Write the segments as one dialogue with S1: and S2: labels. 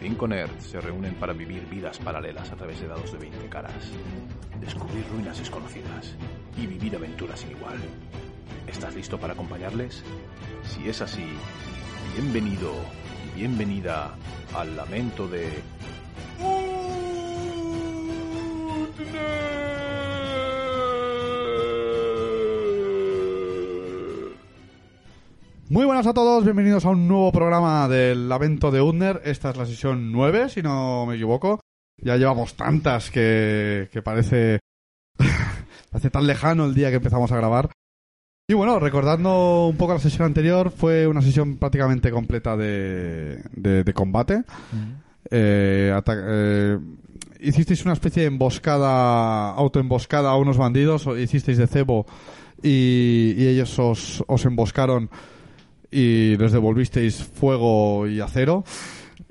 S1: Cinco nerds se reúnen para vivir vidas paralelas a través de dados de 20 caras, descubrir ruinas desconocidas y vivir aventuras sin igual. ¿Estás listo para acompañarles? Si es así, bienvenido y bienvenida al lamento de...
S2: Muy buenas a todos, bienvenidos a un nuevo programa del Lamento de Udner. Esta es la sesión 9, si no me equivoco. Ya llevamos tantas que, que parece. hace tan lejano el día que empezamos a grabar. Y bueno, recordando un poco la sesión anterior, fue una sesión prácticamente completa de, de, de combate. Eh, ata- eh, hicisteis una especie de emboscada, autoemboscada a unos bandidos, o hicisteis de cebo y, y ellos os, os emboscaron y les devolvisteis fuego y acero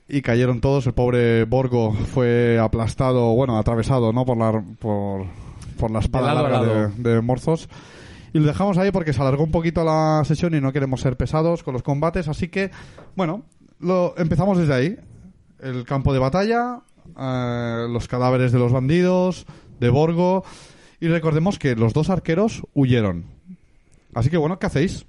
S2: y cayeron todos. El pobre Borgo fue aplastado, bueno, atravesado, ¿no? Por la, por, por la espada
S3: lado a
S2: larga
S3: lado.
S2: De, de Morzos. Y lo dejamos ahí porque se alargó un poquito la sesión y no queremos ser pesados con los combates. Así que, bueno, lo empezamos desde ahí. El campo de batalla, eh, los cadáveres de los bandidos, de Borgo. Y recordemos que los dos arqueros huyeron. Así que, bueno, ¿qué hacéis?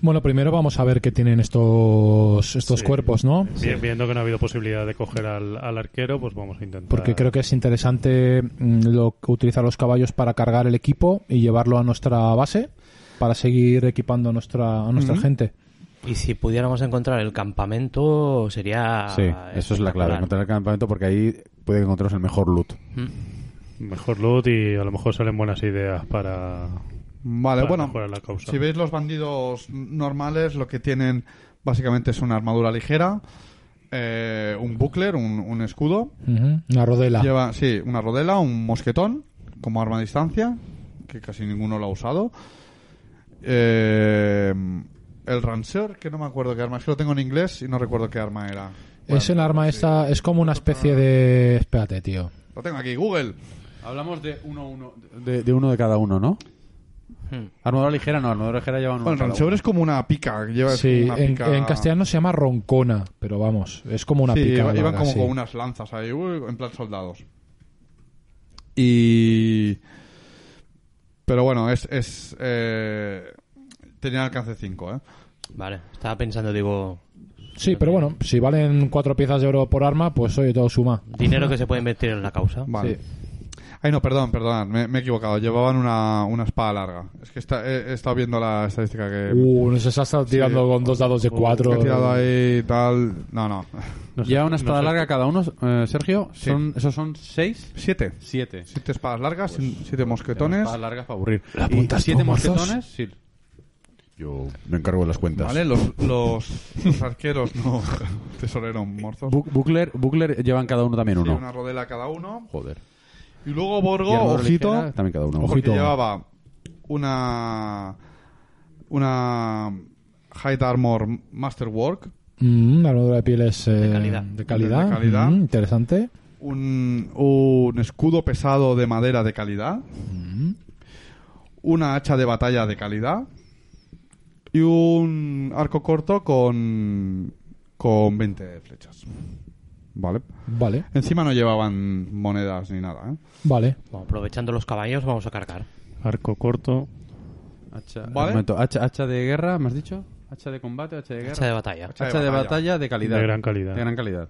S4: Bueno, primero vamos a ver qué tienen estos, estos
S5: Sí.
S4: cuerpos, ¿no?
S5: Bien, viendo que no ha habido posibilidad de coger al, al arquero, pues vamos a intentar.
S4: Porque creo que es interesante mm, lo que utilizar los caballos para cargar el equipo y llevarlo a nuestra base para seguir equipando a nuestra, a nuestra
S2: Ujú.
S4: gente.
S6: Y si pudiéramos encontrar el campamento, sería.
S7: Sí, eso es la clave,
S6: espectacular.
S7: encontrar el campamento porque ahí puede encontrarnos el mejor loot.
S6: Mm,
S5: Mejor loot y a lo mejor salen buenas ideas para,
S2: Vale,
S5: para
S2: bueno,
S5: mejorar la causa.
S2: si veis los bandidos normales, lo que tienen básicamente es una armadura ligera, eh, un buckler, un, un escudo.
S4: Ujú, Una rodela.
S2: Lleva, sí, una rodela, un mosquetón como arma a distancia, que casi ninguno lo ha usado. Eh, el Rancher, que no me acuerdo qué arma, es que lo tengo en inglés y no recuerdo qué arma era.
S4: es el arma esta, es como una especie de... Espérate, tío.
S2: Lo tengo aquí, Google.
S3: Hablamos de uno uno.
S7: De, de uno de cada uno, ¿no?
S6: Hmm.
S7: Armadura ligera no, armadura ligera llevan uno
S2: Bueno, el
S7: cada
S2: Rancher
S7: uno.
S2: es como una pica. Lleva es
S4: Sí,
S2: como una
S4: en,
S2: pica-
S4: en castellano se llama roncona, pero vamos, es como una
S2: sí,
S4: pica.
S2: iba- iban
S4: larga,
S2: como
S4: sí.
S2: con unas lanzas ahí, uy, en plan soldados. Y. Pero bueno, es. es eh, Tenían alcance 5, ¿eh?
S6: Vale, estaba pensando, digo,
S4: Sí, pero bueno, si valen cuatro piezas de oro por arma, pues oye, todo suma.
S6: dinero que se puede invertir en la causa.
S2: Vale.
S4: Sí.
S2: Ay, no, perdón, perdón, me, me he equivocado. Llevaban una, una espada larga. Es que está, he, he estado viendo la estadística que.
S4: Uh, nos has estado tirando con dos dados de cuatro.
S2: que he tirado ahí y tal. No, no.
S5: No sé,
S7: Lleva una
S5: no
S7: espada
S5: sé.
S7: larga cada uno, eh, Sergio.
S2: Sí.
S7: Son, ¿Esos son seis?
S2: Siete.
S7: Siete.
S2: Siete espadas largas, siete mosquetones.
S7: Pues, Espadas largas para aburrir.
S4: ¿La
S7: ¿Y
S4: apuntas tú,
S7: siete
S4: Morzos?
S7: mosquetones? Sí. Yo me encargo de las cuentas.
S2: Vale, los, los, los arqueros no. Tesorero, morzos.
S7: Bu- Buckler, Buckler llevan cada uno también
S2: Sí,
S7: uno.
S2: una rodela cada uno.
S7: Joder.
S2: Y luego
S7: Y
S2: Borgo,
S7: armadura
S2: ojito.
S7: ligera, también cada uno.
S2: Porque
S4: Ojito.
S2: llevaba una. Una. High Armor Masterwork.
S4: Mm, la armadura de piel es eh, de
S6: calidad.
S4: calidad.
S2: De calidad.
S4: Mm, interesante.
S2: Un, un escudo pesado de madera de calidad. Una hacha de batalla de calidad. Y un arco corto con. Con 20 flechas. Vale.
S4: Vale,
S2: Encima no llevaban monedas ni nada, ¿eh?
S4: vale.
S6: Bueno, aprovechando los caballos, vamos a cargar.
S5: Arco corto.
S7: Hacha,
S2: Vale.
S7: un momento, hacha, hacha de guerra, ¿me has dicho? Hacha de combate, hacha de guerra.
S6: Hacha de batalla.
S7: Hacha de batalla de calidad.
S5: De gran calidad.
S7: De gran calidad.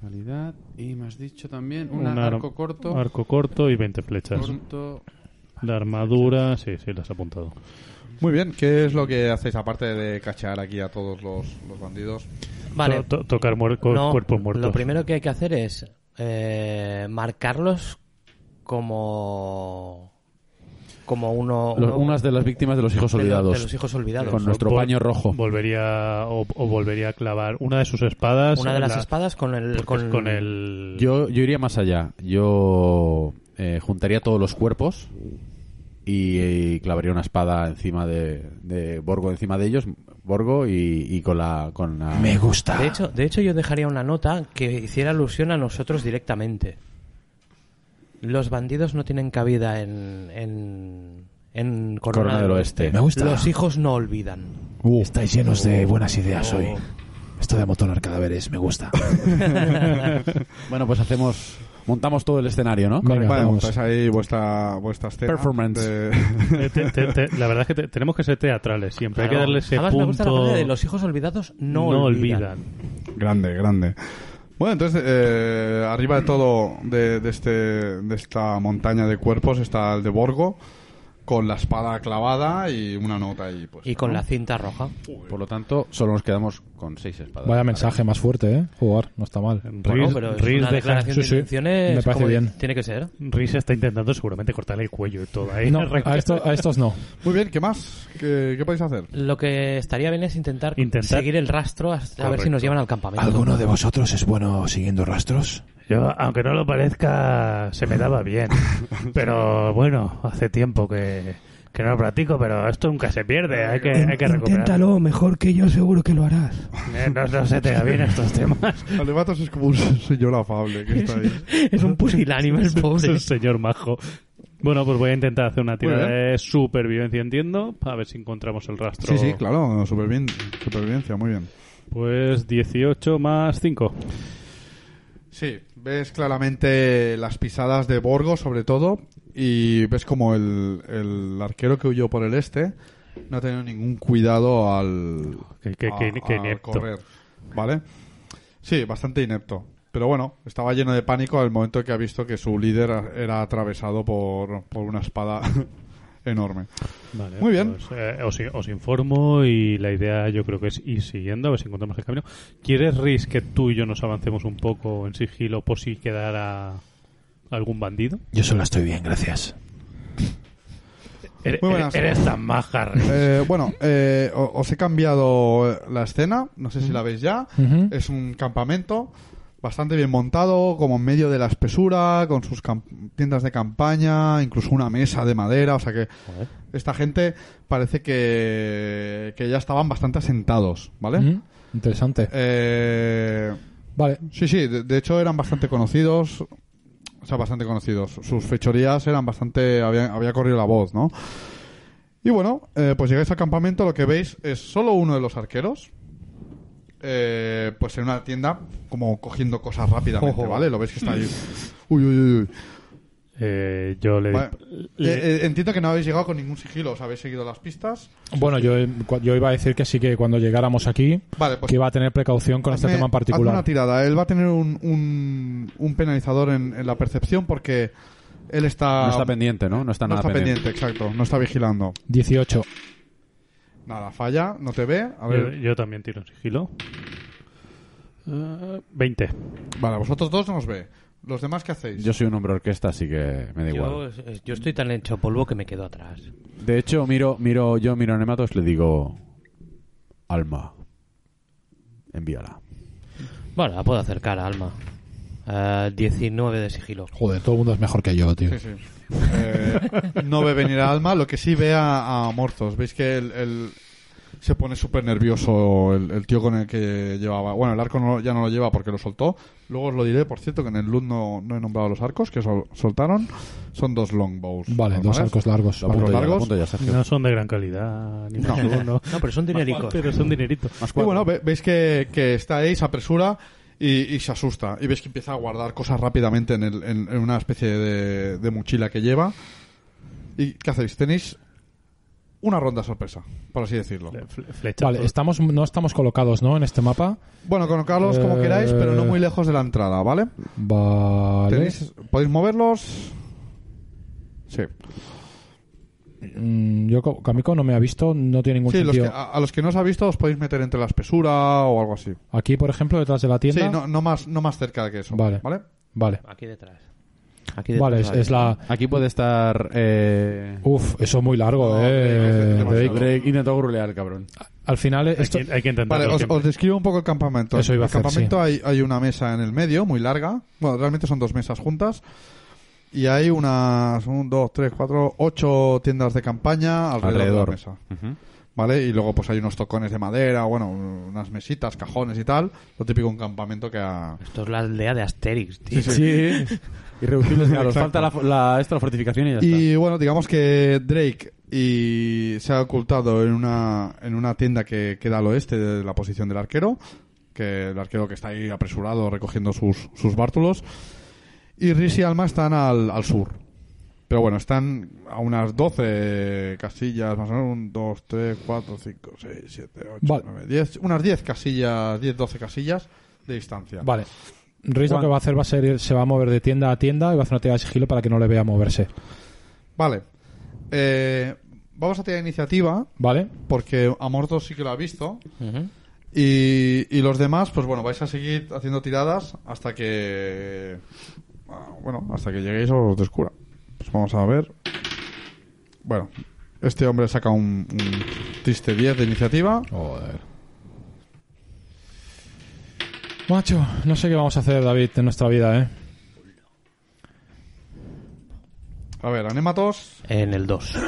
S7: Calidad. Y me has dicho también un
S5: Un ar-
S7: arco corto.
S5: Arco corto y 20 flechas.
S7: corto.
S5: La armadura, sí, sí, las has apuntado.
S2: Muy bien, ¿qué es lo que hacéis aparte de cachar aquí a todos los, los bandidos?
S6: Vale,
S5: To- to- tocar muer- cu-
S6: no,
S5: cuerpos muertos.
S6: lo primero que hay que hacer es eh, marcarlos como. como uno,
S8: Los-
S6: uno-
S8: unas de las víctimas de los hijos
S6: de lo-
S8: olvidados.
S6: de los hijos olvidados.
S8: Con nuestro
S5: Vol-
S8: paño rojo.
S5: Volvería o, o volvería a clavar una de sus espadas.
S6: Una de las
S5: la-
S6: espadas con el...
S5: porque es con el.
S8: Yo, yo iría más allá. Yo eh, juntaría todos los cuerpos y, y clavaría una espada encima de, de Borgo, encima de ellos, Borgo, y, y con la... Con la...
S6: Me gusta. De hecho, de hecho, yo dejaría una nota que hiciera alusión a nosotros directamente. Los bandidos no tienen cabida en, en, en
S8: Corona del Oeste.
S9: Me gusta.
S6: Los hijos no olvidan.
S8: Uh,
S9: Estáis llenos de buenas ideas hoy. Esto de amotonar cadáveres me gusta.
S8: Bueno, pues hacemos... Montamos todo el escenario, ¿no?
S9: Venga,
S2: vale,
S9: vamos.
S2: montáis ahí vuestra, vuestra escena.
S8: Performance.
S2: de-
S5: Eh, te- te- te- la verdad es que te- tenemos que ser teatrales siempre. Hay que darle ese
S6: Además,
S5: punto.
S6: me gusta la frase de los hijos olvidados no, olvidan.
S2: grande, grande. Bueno, entonces, eh, arriba de todo de, de este, de esta montaña de cuerpos está el de Borgo, con la espada clavada y una nota ahí. Pues,
S6: Y con
S2: ¿no?
S6: la cinta roja.
S8: Por lo tanto, solo nos quedamos con seis espadas.
S4: Vaya mensaje más fuerte, ¿eh? Jugar, no está mal.
S6: Bueno,
S5: Riz-
S6: pero es
S5: Riz
S6: una
S5: deja-
S6: declaración
S4: sí,
S6: de
S4: sí.
S6: intenciones
S4: Me parece
S6: como
S4: bien.
S6: tiene que ser.
S5: Riz está intentando seguramente cortarle el cuello y todo. Ahí
S4: No, a, esto- a estos no.
S2: Muy bien, ¿qué más? ¿Qué, qué podéis hacer?
S6: Lo que estaría bien es intentar,
S5: Intentar-
S6: seguir el rastro hasta a ver si nos llevan al campamento.
S9: ¿Alguno de vosotros es bueno siguiendo rastros?
S5: Yo, aunque no lo parezca, se me daba bien. Pero bueno, hace tiempo que, que no lo practico, pero esto nunca se pierde. Hay que, hay que recuperarlo.
S9: Inténtalo, mejor que yo seguro que lo harás.
S5: Eh, No, no se te da bien estos temas.
S2: Alevatos es como un señor afable que está ahí.
S6: es un pusilánime el
S5: Es
S6: pobre.
S5: un señor majo. Bueno, pues voy a intentar hacer una
S2: Muy
S5: tirada
S2: bien.
S5: de supervivencia, entiendo, para ver si encontramos el rastro.
S2: Sí, sí, claro, supervien- supervivencia, muy bien.
S5: Pues 18 más 5.
S2: Sí, ves claramente las pisadas de Borgo, sobre todo, y ves como el, el arquero que huyó por el este no ha tenido ningún cuidado al,
S5: Que, que- que-
S2: a-
S5: que
S2: al
S5: inepto.
S2: correr, ¿vale? Sí, bastante inepto. Pero bueno, estaba lleno de pánico al momento que ha visto que su líder a- era atravesado por, por una espada enorme.
S5: Vale,
S2: Muy bien.
S5: pues, eh, os, os informo y la idea yo creo que es ir siguiendo, a ver si encontramos el camino. ¿Quieres, Riz, que tú y yo nos avancemos un poco en sigilo por si quedara algún bandido?
S9: Yo solo estoy bien, gracias.
S5: Ere-
S2: Muy buenas.
S5: ere- Eres tan maja, Riz.
S2: Eh, bueno, eh, o- os he cambiado eh, la escena, no sé si la veis ya.
S4: Ujú.
S2: Es un campamento bastante bien montado, como en medio de la espesura, con sus cam- tiendas de campaña, incluso una mesa de madera, o sea que esta gente parece que, que ya estaban bastante asentados, ¿vale?
S4: Mm, Interesante.
S2: Eh,
S4: Vale.
S2: sí, sí, de, de hecho eran bastante conocidos, o sea, bastante conocidos. Sus fechorías eran bastante, había, había corrido la voz, ¿no? Y bueno, eh, pues llegáis al campamento, lo que veis es solo uno de los arqueros, eh, pues en una tienda, como cogiendo cosas rápidamente,
S6: Ojo.
S2: ¿vale? Lo veis que está ahí. Uy, uy, uy. uy.
S5: Eh, yo le...
S2: Vale.
S5: le-
S2: Eh, eh, entiendo que no habéis llegado con ningún sigilo, os habéis seguido las pistas.
S4: Bueno, yo, eh, yo iba a decir que sí que cuando llegáramos aquí,
S2: Vale, pues
S4: que iba a tener precaución con este
S2: Hazme-
S4: tema en
S2: hazme una
S4: particular.
S2: tirada. Él va a tener un, un, un penalizador en, en la percepción porque él está.
S8: No está
S7: Ah,
S8: pendiente, ¿no? No está
S2: no
S8: nada
S2: está pendiente, exacto. No está vigilando.
S4: 18.
S2: Nada, falla, no te ve. A
S5: yo,
S2: ver.
S5: yo también tiro en sigilo. Eh, 20.
S2: Vale, vosotros dos no os ve. ¿Los demás qué hacéis?
S8: Yo soy un hombre orquesta, así que me da
S6: Yo,
S8: igual.
S6: eh, yo estoy tan hecho polvo que me quedo atrás.
S8: De hecho, miro, miro, yo miro a Nematos le digo... Alma, envíala.
S6: Bueno, la puedo acercar a Alma. Eh, 19 de sigilo.
S9: Joder, todo el mundo es mejor que yo, tío.
S2: Sí, sí. Eh, no ve venir a Alma, lo que sí ve a, a Mortos. Veis que él, él se pone súper nervioso el, el tío con el que llevaba. Bueno, el arco no- ya no lo lleva porque lo soltó. Luego os lo diré, por cierto, que en el loot no, no he nombrado los arcos que sol- soltaron. Son dos longbows.
S4: Vale, dos
S2: ¿normales?
S4: arcos largos.
S8: Lo
S2: Vamos,
S8: apunto ya, lo
S2: largos.
S8: apunto ya, Sergio.
S5: No son de gran calidad, ni mucho menos.
S6: No, pero son dinerico.
S5: Pero son dinerito.
S8: Más
S2: Y
S8: cuatro.
S2: bueno, ve- veis que, que está ahí, se apresura y, y se asusta. Y veis que empieza a guardar cosas rápidamente en, el- en- en una especie de, de mochila que lleva. ¿Y qué hacéis? Tenéis una ronda sorpresa, por así decirlo.
S5: Fle- fle- flecha.
S4: Vale, estamos, no estamos colocados, ¿no? En este mapa.
S2: Bueno, colocarlos como
S4: Eh,
S2: queráis, pero no muy lejos de la entrada, ¿vale?
S4: Vale.
S2: Tenéis, ¿Podéis moverlos? Sí.
S4: Mm, yo, co- Kamiko no me ha visto, no tiene ningún
S2: Sí, los que- ah.
S4: sentido.
S2: a, a los que no os ha visto os podéis meter entre la espesura o algo así.
S4: Aquí, por ejemplo, detrás de la tienda.
S2: Sí, no, no más, no más cerca que eso.
S4: Vale.
S2: ¿Vale?
S4: Vale.
S6: Aquí detrás. Aquí
S4: Vale, es,
S6: detrás,
S4: es la...
S8: Aquí puede estar. Eh...
S9: Uh,
S4: Uf, eso es muy largo, eh. Drake.
S8: Drake intentó grulear, cabrón.
S4: Al final, esto...
S5: Hay, que, hay que
S2: Vale,
S5: intentarlo
S2: os,
S5: siempre.
S2: os describo un poco el campamento.
S4: Eso iba a
S2: el
S4: hacer,
S2: campamento hay, hay una mesa en el medio, muy larga. Bueno, realmente son dos mesas juntas. Y hay unas, un, dos, tres, cuatro, ocho tiendas de campaña alrededor,
S8: Alrededor.
S2: de la mesa. ¿Vale? Y luego pues hay unos tocones de madera, bueno, unas mesitas, cajones y tal. Lo típico un campamento que ha...
S6: Esto es la aldea de Asterix, tío.
S8: Sí. Irreductibles, claro. Falta
S2: Exacto.
S8: la, la, esta, la fortificación y ya está.
S2: Y bueno, digamos que Drake y se ha ocultado en una, en una tienda que queda al oeste de la posición del arquero, que el arquero que está ahí apresurado recogiendo sus, sus bártulos. Y Riz y Alma están al, al sur. Pero bueno, están a unas 12 casillas, más o menos, 1, 2, 3, 4, 5, 6, 7, 8,
S4: Vale.
S2: 9, 10, unas 10 casillas, 10, 12 casillas de distancia.
S4: Vale. Riz lo que va a hacer va a ser ir- se va a mover de tienda a tienda y va a hacer una tira de sigilo para que no le vea moverse.
S2: Vale. Eh, vamos a tirar iniciativa,
S4: ¿Vale?
S2: porque a Mortos sí que lo ha visto.
S6: Ujú.
S2: Y, y los demás, pues bueno, vais a seguir haciendo tiradas hasta que. ah, Bueno, hasta que lleguéis o os descubra. Pues vamos a ver. Bueno, este hombre saca un, un triste 10 de iniciativa.
S4: Joder. Macho, no sé qué vamos a hacer, David, en nuestra vida, ¿eh?
S2: A ver, Anematos,
S6: En el 2.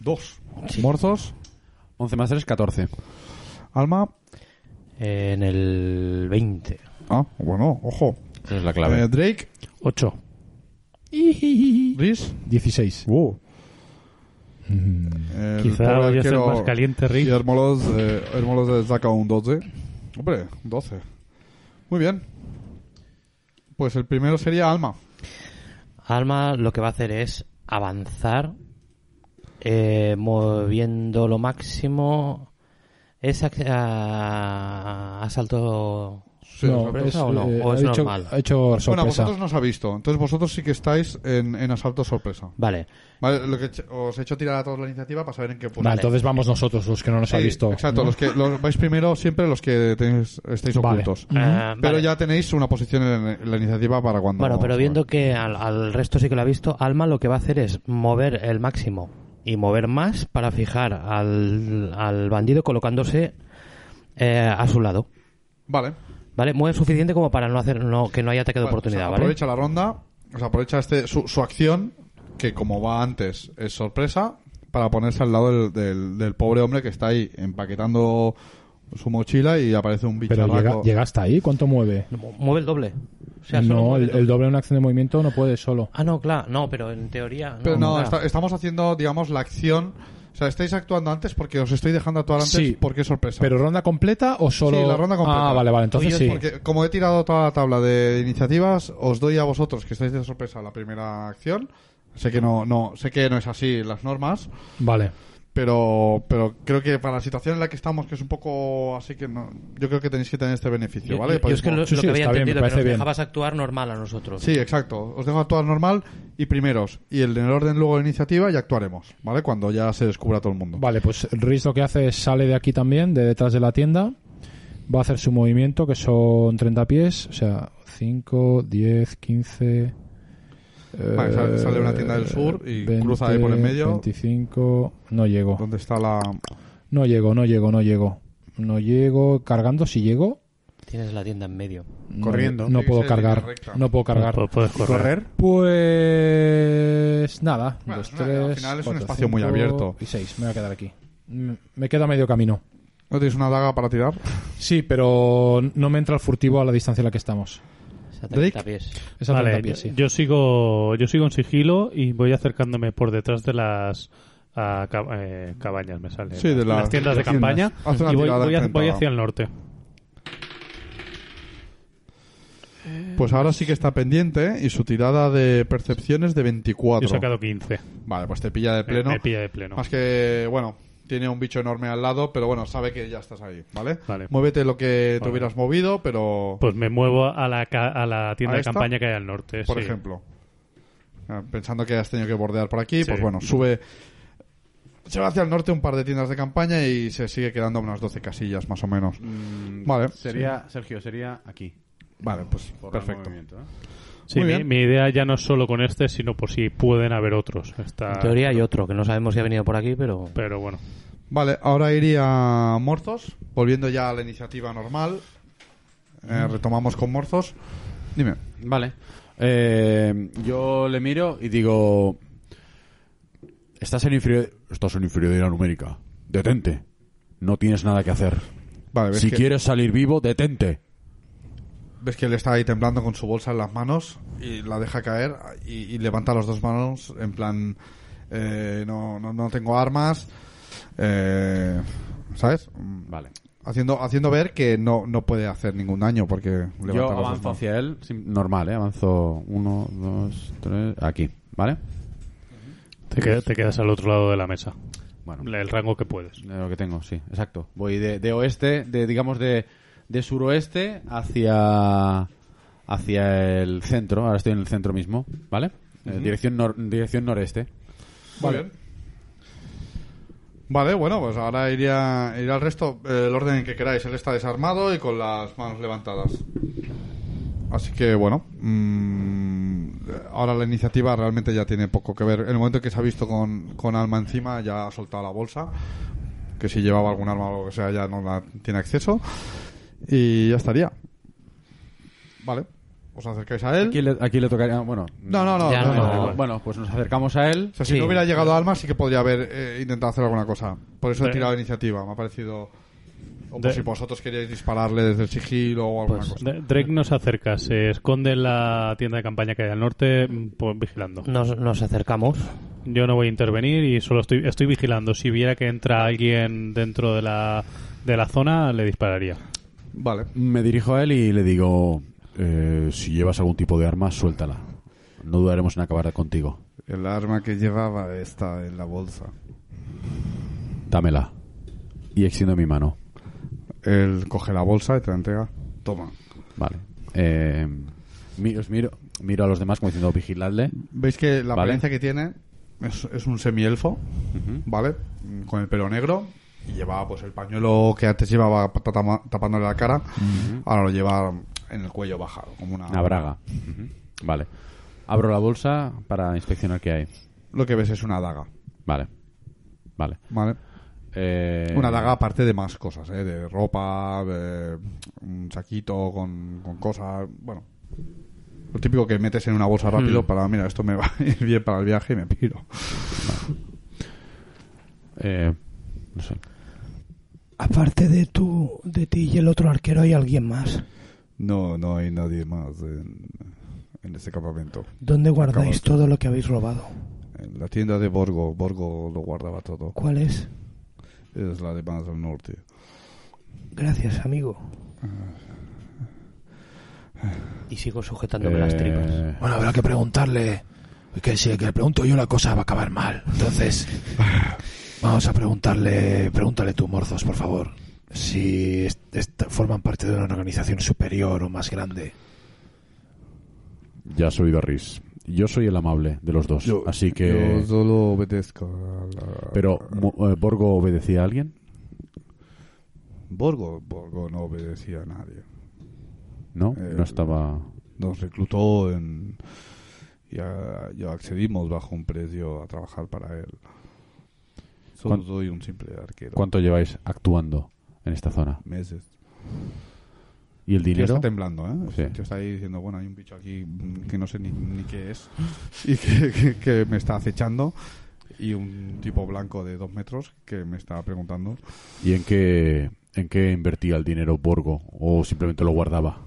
S2: 2. Morzos,
S8: 11 más 3, 14.
S2: Alma.
S6: En el 20.
S2: Ah, bueno, ojo.
S8: Esa es la
S2: Eh, Drake,
S4: 8.
S2: Riz.
S4: 16.
S2: Uh. El
S5: Quizá
S2: pobre
S5: vaya a ser
S2: arquero
S5: más caliente
S2: Y
S5: Rick.
S2: Hermolos, eh, Hermolos le saca un 12. Hombre, un 12. Muy bien. Pues el primero sería Alma.
S6: Alma lo que va a hacer es avanzar eh, moviendo lo máximo. ¿Es ac- a- asalto
S2: Sí,
S4: No,
S2: exacto.
S4: es,
S6: o no?
S4: eh,
S6: ¿O es
S4: ha hecho-
S6: normal?
S4: ha hecho
S2: Bueno,
S4: sorpresa.
S2: vosotros nos ha visto. Entonces vosotros sí que estáis en, en asalto sorpresa.
S6: Vale,
S2: Vale, lo que he- os he hecho tirar a todos la iniciativa para saber en qué
S4: Vale,
S2: punto.
S4: entonces vamos nosotros, los que no nos ha
S2: Sí,
S4: visto.
S2: Exacto,
S4: ¿no?
S2: los que los, vais primero siempre los que tenéis, estáis
S4: Vale.
S2: ocultos.
S4: Ujú.
S6: Ah,
S2: Pero
S6: vale.
S2: ya tenéis una posición en, en la iniciativa para cuando.
S6: Bueno, pero viendo que al, al resto sí que lo ha visto, Alma lo que va a hacer es mover el máximo y mover más para fijar al, al bandido colocándose eh, a su lado.
S2: Vale.
S6: ¿Vale? Mueve suficiente como para no hacer no, que no haya ataque de
S2: Vale,
S6: oportunidad,
S2: o sea,
S6: ¿vale?
S2: Aprovecha la ronda, o sea, aprovecha este, su, su acción, que como va antes es sorpresa, para ponerse al lado del, del- del pobre hombre que está ahí empaquetando su mochila y aparece un bicho
S4: Pero llega, llega hasta ahí, ¿cuánto mueve?
S6: Mu- Mueve el doble. O sea, solo
S4: No,
S6: mueve
S4: el, el doble en una acción de movimiento no puede solo.
S6: Ah, no, claro, no, pero en teoría.
S2: Pero no,
S6: claro.
S2: esta- estamos haciendo, digamos, la acción. O sea, estáis actuando antes porque os estoy dejando actuar antes
S4: Sí,
S2: porque es sorpresa.
S4: ¿Pero ronda completa o solo...?
S2: Sí, la ronda completa. Pues
S4: Ah, vale, vale, entonces sí.
S2: Porque como he tirado toda la tabla de iniciativas, os doy a vosotros que estáis de sorpresa la primera acción. Sé que no, no, sé que no es así las normas,
S4: Vale.
S2: pero pero creo que para la situación en la que estamos que es un poco así que no yo creo que tenéis que tener este beneficio
S6: Yo-
S2: vale
S6: yo- yo
S2: Porque
S6: es que
S2: como-
S6: lo,
S4: eh, Sí,
S6: lo
S4: sí,
S6: que había
S4: está bien, me
S6: entendido, que
S4: parece
S6: nos
S4: bien.
S6: dejabas actuar normal a nosotros.
S2: sí exacto os dejo actuar normal y primeros y el en el orden luego de iniciativa y actuaremos vale cuando ya se descubra todo el mundo
S4: Vale, pues Riz lo que hace es sale de aquí también, de detrás de la tienda. Va a hacer su movimiento, que son 30 pies. O sea, 5, 10, 15...
S2: Vale,
S4: eh,
S2: sale- sale de una tienda del sur y cruza ahí por el medio.
S4: 25... No llego.
S2: dónde está la
S4: No llego, no llego, no llego. No llego. Cargando, si llego.
S6: Tienes la tienda en medio.
S4: no-
S8: Corriendo.
S4: No,
S2: Tiene que
S4: puedo
S2: ser línea
S4: cargar.
S2: recta.
S4: No puedo cargar.
S5: Pu- Puedes correr.
S4: Pues nada,
S2: Bueno,
S4: dos,
S2: es una-
S4: tres,
S2: al final es un
S4: cuatro,
S2: espacio muy
S4: cinco
S2: abierto.
S4: Y seis, me voy a quedar aquí. Mm, Me queda medio camino.
S2: no tenéis una daga para tirar
S4: Sí, pero no me entra el furtivo a la distancia a la que estamos.
S6: Esa
S2: Drake.
S6: tarjeta pies.
S4: Esa
S5: Vale,
S4: 30 pies, sí.
S5: yo sigo yo sigo en sigilo y voy acercándome por detrás de las ah, ca- eh, cabañas, me sale.
S2: Sí, de
S5: las,
S2: las-
S5: tiendas de
S2: las tiendas.
S5: campaña.
S2: Haz una
S5: Y voy,
S2: tirada
S5: voy hacia,
S2: enfrentada.
S5: voy hacia el norte.
S2: pues ahora sí que está pendiente y su tirada de percepciones de
S5: Yo he
S2: 24
S5: sacado 15.
S2: vale pues te pilla de
S5: Me,
S2: pleno
S5: Eh, me pilla de pleno.
S2: Más que, bueno, tiene un bicho enorme al lado, pero bueno, sabe que ya estás ahí, ¿vale?
S5: Vale.
S2: Muévete lo que te
S5: Vale.
S2: hubieras movido, pero...
S5: Pues me muevo a la, ca- a la tienda
S2: ¿A
S5: de
S2: esta?
S5: campaña que hay al norte.
S2: por
S5: Eh, sí.
S2: ejemplo. Ah, Pensando que has tenido que bordear por aquí,
S5: Sí.
S2: pues bueno, sube... Se va hacia el norte un par de tiendas de campaña y se sigue quedando a unas 12 casillas, más o menos.
S7: Mm,
S2: Vale.
S7: Sería, Sergio, sería aquí.
S2: Vale, pues
S7: Por el
S2: perfecto.
S7: movimiento, ¿eh?
S5: Sí,
S2: Muy
S5: mi,
S2: bien.
S5: mi idea ya no es solo con este, sino por si pueden haber otros. Está-
S6: En teoría hay otro, que no sabemos si ha venido por aquí, pero...
S5: Pero bueno.
S2: Vale, ahora iría a Morzos, volviendo ya a la iniciativa normal. Eh, retomamos con Morzos. Dime.
S8: Vale. Eh, yo le miro y digo... Estás en, inferior... Estás en inferioridad numérica. Detente. No tienes nada que hacer.
S2: Vale, ves
S8: Si
S2: que-
S8: quieres salir vivo, detente.
S2: Ves que él está ahí temblando con su bolsa en las manos y la deja caer y, y levanta las dos manos en plan, eh, no, no, no tengo armas, eh, ¿sabes? Mm,
S8: Vale.
S2: Haciendo, haciendo ver que no, no puede hacer ningún daño porque levanta las
S8: Yo
S2: dos
S8: avanzo
S2: manos.
S8: hacia él. sin- Normal, ¿eh? Avanzo uno, dos, tres... Aquí, ¿vale?
S5: Te, qued- te quedas al otro lado de la mesa.
S8: Bueno.
S5: El rango que puedes.
S8: De Eh, lo que tengo, sí, exacto. Voy de, de oeste, de digamos de, de suroeste hacia hacia el centro. Ahora estoy en el centro mismo, ¿vale? Eh, dirección nor- dirección noreste.
S2: Muy bien. Vale, bueno, pues ahora iría, irá el resto, eh, el orden en que queráis. Él está desarmado y con las manos levantadas. Así que bueno, mm, ahora la iniciativa realmente ya tiene poco que ver. En el momento que se ha visto con, con Alma encima, ya ha soltado la bolsa. Que si llevaba algún arma o lo que sea, ya no la tiene acceso. Y ya estaría. Vale, os acercáis a él.
S8: Aquí le, aquí le tocaría, bueno,
S2: No, no, no.
S6: Ya
S2: no,
S6: no.
S2: no.
S8: bueno, pues nos acercamos a él.
S2: O sea, si
S6: Sí.
S2: no hubiera llegado Alma, sí que podría haber eh, intentado hacer alguna cosa. Por eso he tirado de iniciativa. Me ha parecido. O por
S5: De-
S2: si vosotros queríais dispararle desde el sigilo o alguna
S6: Pues,
S2: cosa.
S5: D- Drake no se acerca, se esconde en la tienda de campaña que hay al norte, mm, pues, vigilando.
S6: Nos, nos acercamos.
S5: Yo no voy a intervenir y solo estoy, estoy vigilando. Si viera que entra alguien dentro de la, de la zona, le dispararía.
S2: Vale.
S8: Me dirijo a él y le digo, eh, si llevas algún tipo de arma, suéltala. No dudaremos en acabar contigo.
S2: El arma que llevaba está en la bolsa.
S8: Dámela. Y extiendo mi mano.
S2: Él coge la bolsa y te la entrega. Toma.
S8: Vale. Eh, mi- os miro, miro a los demás como diciendo, vigiladle.
S2: Veis que la
S8: Vale.
S2: apariencia que tiene es, es un semielfo, ¿vale? Mm, Con el pelo negro. Y llevaba pues el pañuelo que antes llevaba pa- tama- tapándole la cara. Ahora lo lleva en el cuello bajado, como una,
S8: Una braga. Vale. Abro la bolsa para inspeccionar qué hay.
S2: Lo que ves es una daga,
S8: Vale. Vale.
S2: ¿vale?
S8: Eh,
S2: Una daga aparte de más cosas, ¿eh? De ropa, de un saquito con, con cosas, bueno. Lo típico que metes en una bolsa
S8: Hmm.
S2: rápido para, mira, esto me va a ir bien para el viaje y me piro.
S8: eh, no sé.
S9: Aparte de tú, de ti y el otro arquero, hay alguien más.
S2: No, no hay nadie más en, en este campamento.
S9: ¿Dónde
S2: guardáis
S9: guardáis
S2: Acabado.
S9: todo lo que habéis robado?
S2: En la tienda de Borgo, Borgo lo guardaba todo.
S9: ¿Cuál es?
S2: Es la de más al norte.
S9: Gracias, amigo.
S6: Y sigo sujetándome las
S8: Eh,
S6: tripas.
S9: Bueno, habrá que preguntarle. Que si le pregunto yo la cosa va a acabar mal. Entonces, vamos a preguntarle. Pregúntale tú, Morzos, por favor. Si est- est- forman parte de una organización superior o más grande.
S8: Ya has oído a Riz. Yo soy el amable de los dos. así que...
S2: solo obedezco a la-
S8: Pero, mo- eh, ¿Borgo obedecía a alguien?
S2: Borgo, Borgo no obedecía a nadie.
S8: ¿No?
S2: Eh,
S8: no estaba...
S2: nos reclutó en, y, a- y accedimos bajo un precio a trabajar para él. Solo
S8: ¿Cuán-
S2: soy un simple arquero.
S8: ¿Cuánto lleváis actuando en esta zona?
S2: Meses.
S8: ¿Y el
S2: El tío
S8: dinero?
S2: está temblando, ¿eh?
S8: Sí.
S2: El tío está ahí diciendo, bueno, hay un bicho aquí mm, que no sé ni, ni qué es y que, que- que me está acechando. Y un tipo blanco de dos metros que me está preguntando.
S8: ¿Y en qué, en qué invertía el dinero Borgo? ¿O simplemente lo guardaba?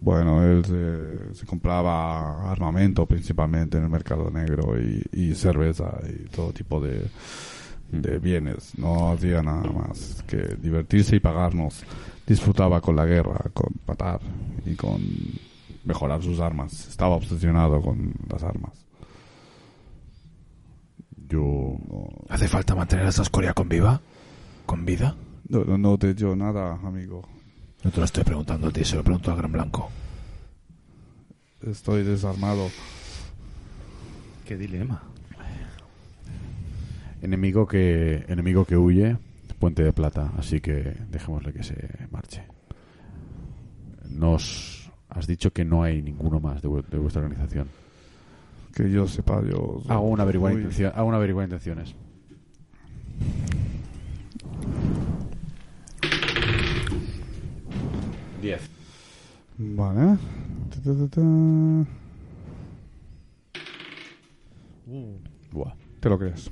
S2: Bueno, él se, se compraba armamento principalmente en el mercado negro y, y cerveza y todo tipo de,
S8: Mm.
S2: de bienes. No hacía nada más que divertirse y pagarnos. Disfrutaba con la guerra, con matar y con mejorar sus armas. Estaba obsesionado con las armas.
S8: Yo...
S9: ¿Hace falta mantener a esa escoria con viva? ¿Con vida?
S2: No, no, no te dio nada, amigo.
S9: No te lo estoy preguntando a ti, se lo pregunto a Gran Blanco.
S2: Estoy desarmado.
S9: Qué dilema.
S8: Enemigo que, enemigo que huye, puente de plata, así que dejémosle que se marche. Nos Has dicho que no hay ninguno más de, vu- de vuestra organización.
S2: Que yo sepa, yo...
S8: Hago una averiguada
S2: Uy.
S8: intención, hago una averiguada intenciones.
S1: Diez.
S2: Vale. Ta, ta, ta, ta.
S8: Buah.
S2: ¿Te lo crees?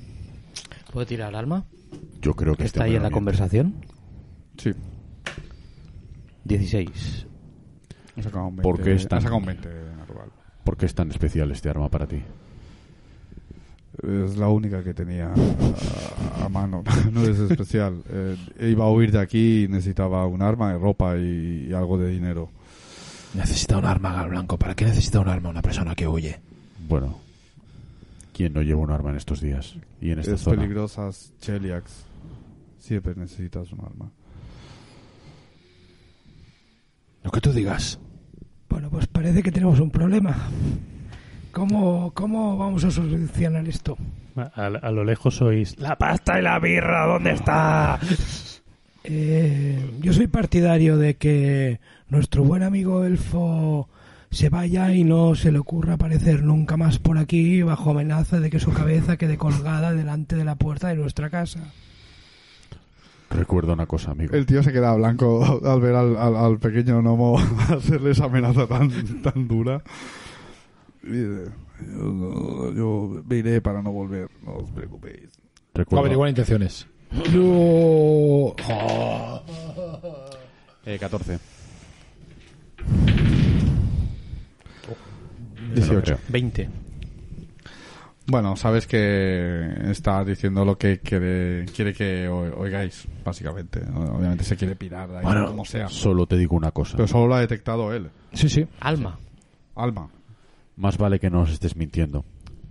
S6: ¿Puedo tirar alma?
S8: Yo creo que
S6: ¿Está
S8: este
S6: ahí en la
S8: hombre no
S6: conversación?
S2: Sí.
S6: 16.
S2: Ha sacado un 20.
S8: ¿Por qué es tan-
S2: Ha sacado un 20 natural.
S8: miente. ¿Por qué es tan especial este arma para ti?
S2: Es la única que tenía a, a mano. No es especial. Eh, iba a huir de aquí y necesitaba un arma, y ropa y, y algo de dinero.
S9: Necesita un arma, Gal Blanco. ¿Para qué necesita un arma una persona que huye?
S8: Bueno, ¿quién no lleva un arma en estos días y en esta
S2: es
S8: zona?
S2: peligrosas Cheliax. Siempre necesitas un arma.
S9: Lo que tú digas.
S10: Bueno, pues parece que tenemos un problema. ¿Cómo, cómo vamos a solucionar esto?
S5: A, a lo lejos sois.
S10: La pasta y la birra, ¿dónde está? Eh, yo soy partidario de que nuestro buen amigo elfo se vaya y no se le ocurra aparecer nunca más por aquí bajo amenaza de que su cabeza quede colgada delante de la puerta de nuestra casa.
S8: Recuerda una cosa, amigo.
S2: El tío se queda blanco al ver al, al- al pequeño gnomo hacerle esa amenaza tan, tan dura. Y dice, yo, no- yo me iré para no volver, no os preocupéis.
S8: Recuerda,
S4: Averiguar intenciones. Yo... Jo.
S8: eh, 14.
S2: 18.
S6: 20.
S2: Bueno, sabes que está diciendo lo que quiere, quiere que o- oigáis, básicamente. Obviamente se quiere pirar de ahí,
S8: Bueno,
S2: como sea.
S8: Solo te digo una cosa.
S2: Pero solo lo ha detectado él,
S4: Sí, sí.
S6: Alma.
S2: Alma.
S8: Más vale que no os estés mintiendo.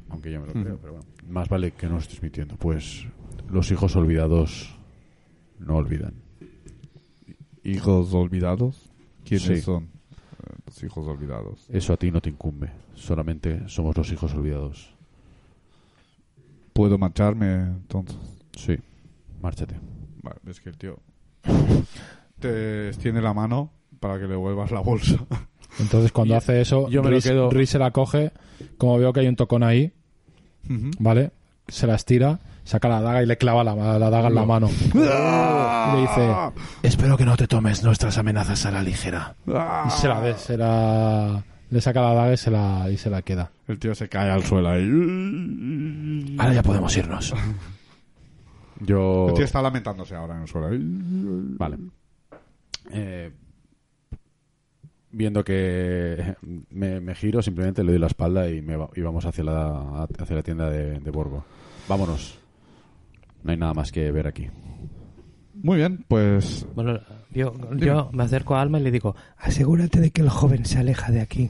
S8: Aunque yo me lo
S2: Ujú.
S8: creo, pero bueno. Más vale que no os estés mintiendo. Pues los hijos olvidados no olvidan.
S2: Hijos olvidados. ¿Quiénes
S8: Sí.
S2: son eh, los hijos olvidados?
S8: Eso a ti no te incumbe. Solamente somos los hijos olvidados.
S2: ¿Puedo marcharme entonces?
S8: Sí. Márchate.
S2: Vale, es que el tío te extiende la mano para que le vuelvas la bolsa.
S4: Entonces cuando hace eso,
S8: yo me lo
S4: Rhys-
S8: quedo-
S4: Rhys se la coge. Como veo que hay un tocón ahí, ¿vale? Se la estira, saca la daga y le clava la, la daga en la mano. Y le dice...
S9: Espero que no te tomes nuestras amenazas a la ligera.
S4: Y se la de- se la... Le saca la daga y se la, y se la queda.
S2: El tío se cae al suelo ahí. El
S9: Ahora ya podemos irnos.
S8: Yo.
S2: tío está lamentándose ahora en el suelo.
S8: Vale. Eh, viendo que me, me giro, simplemente le doy la espalda y, me va- y vamos hacia la, hacia la tienda de, de Borgo. Vámonos. No hay nada más que ver aquí.
S2: Muy bien, pues
S6: Bueno, yo, yo me acerco a Alma y le digo...
S10: Asegúrate de que el joven se aleja de aquí.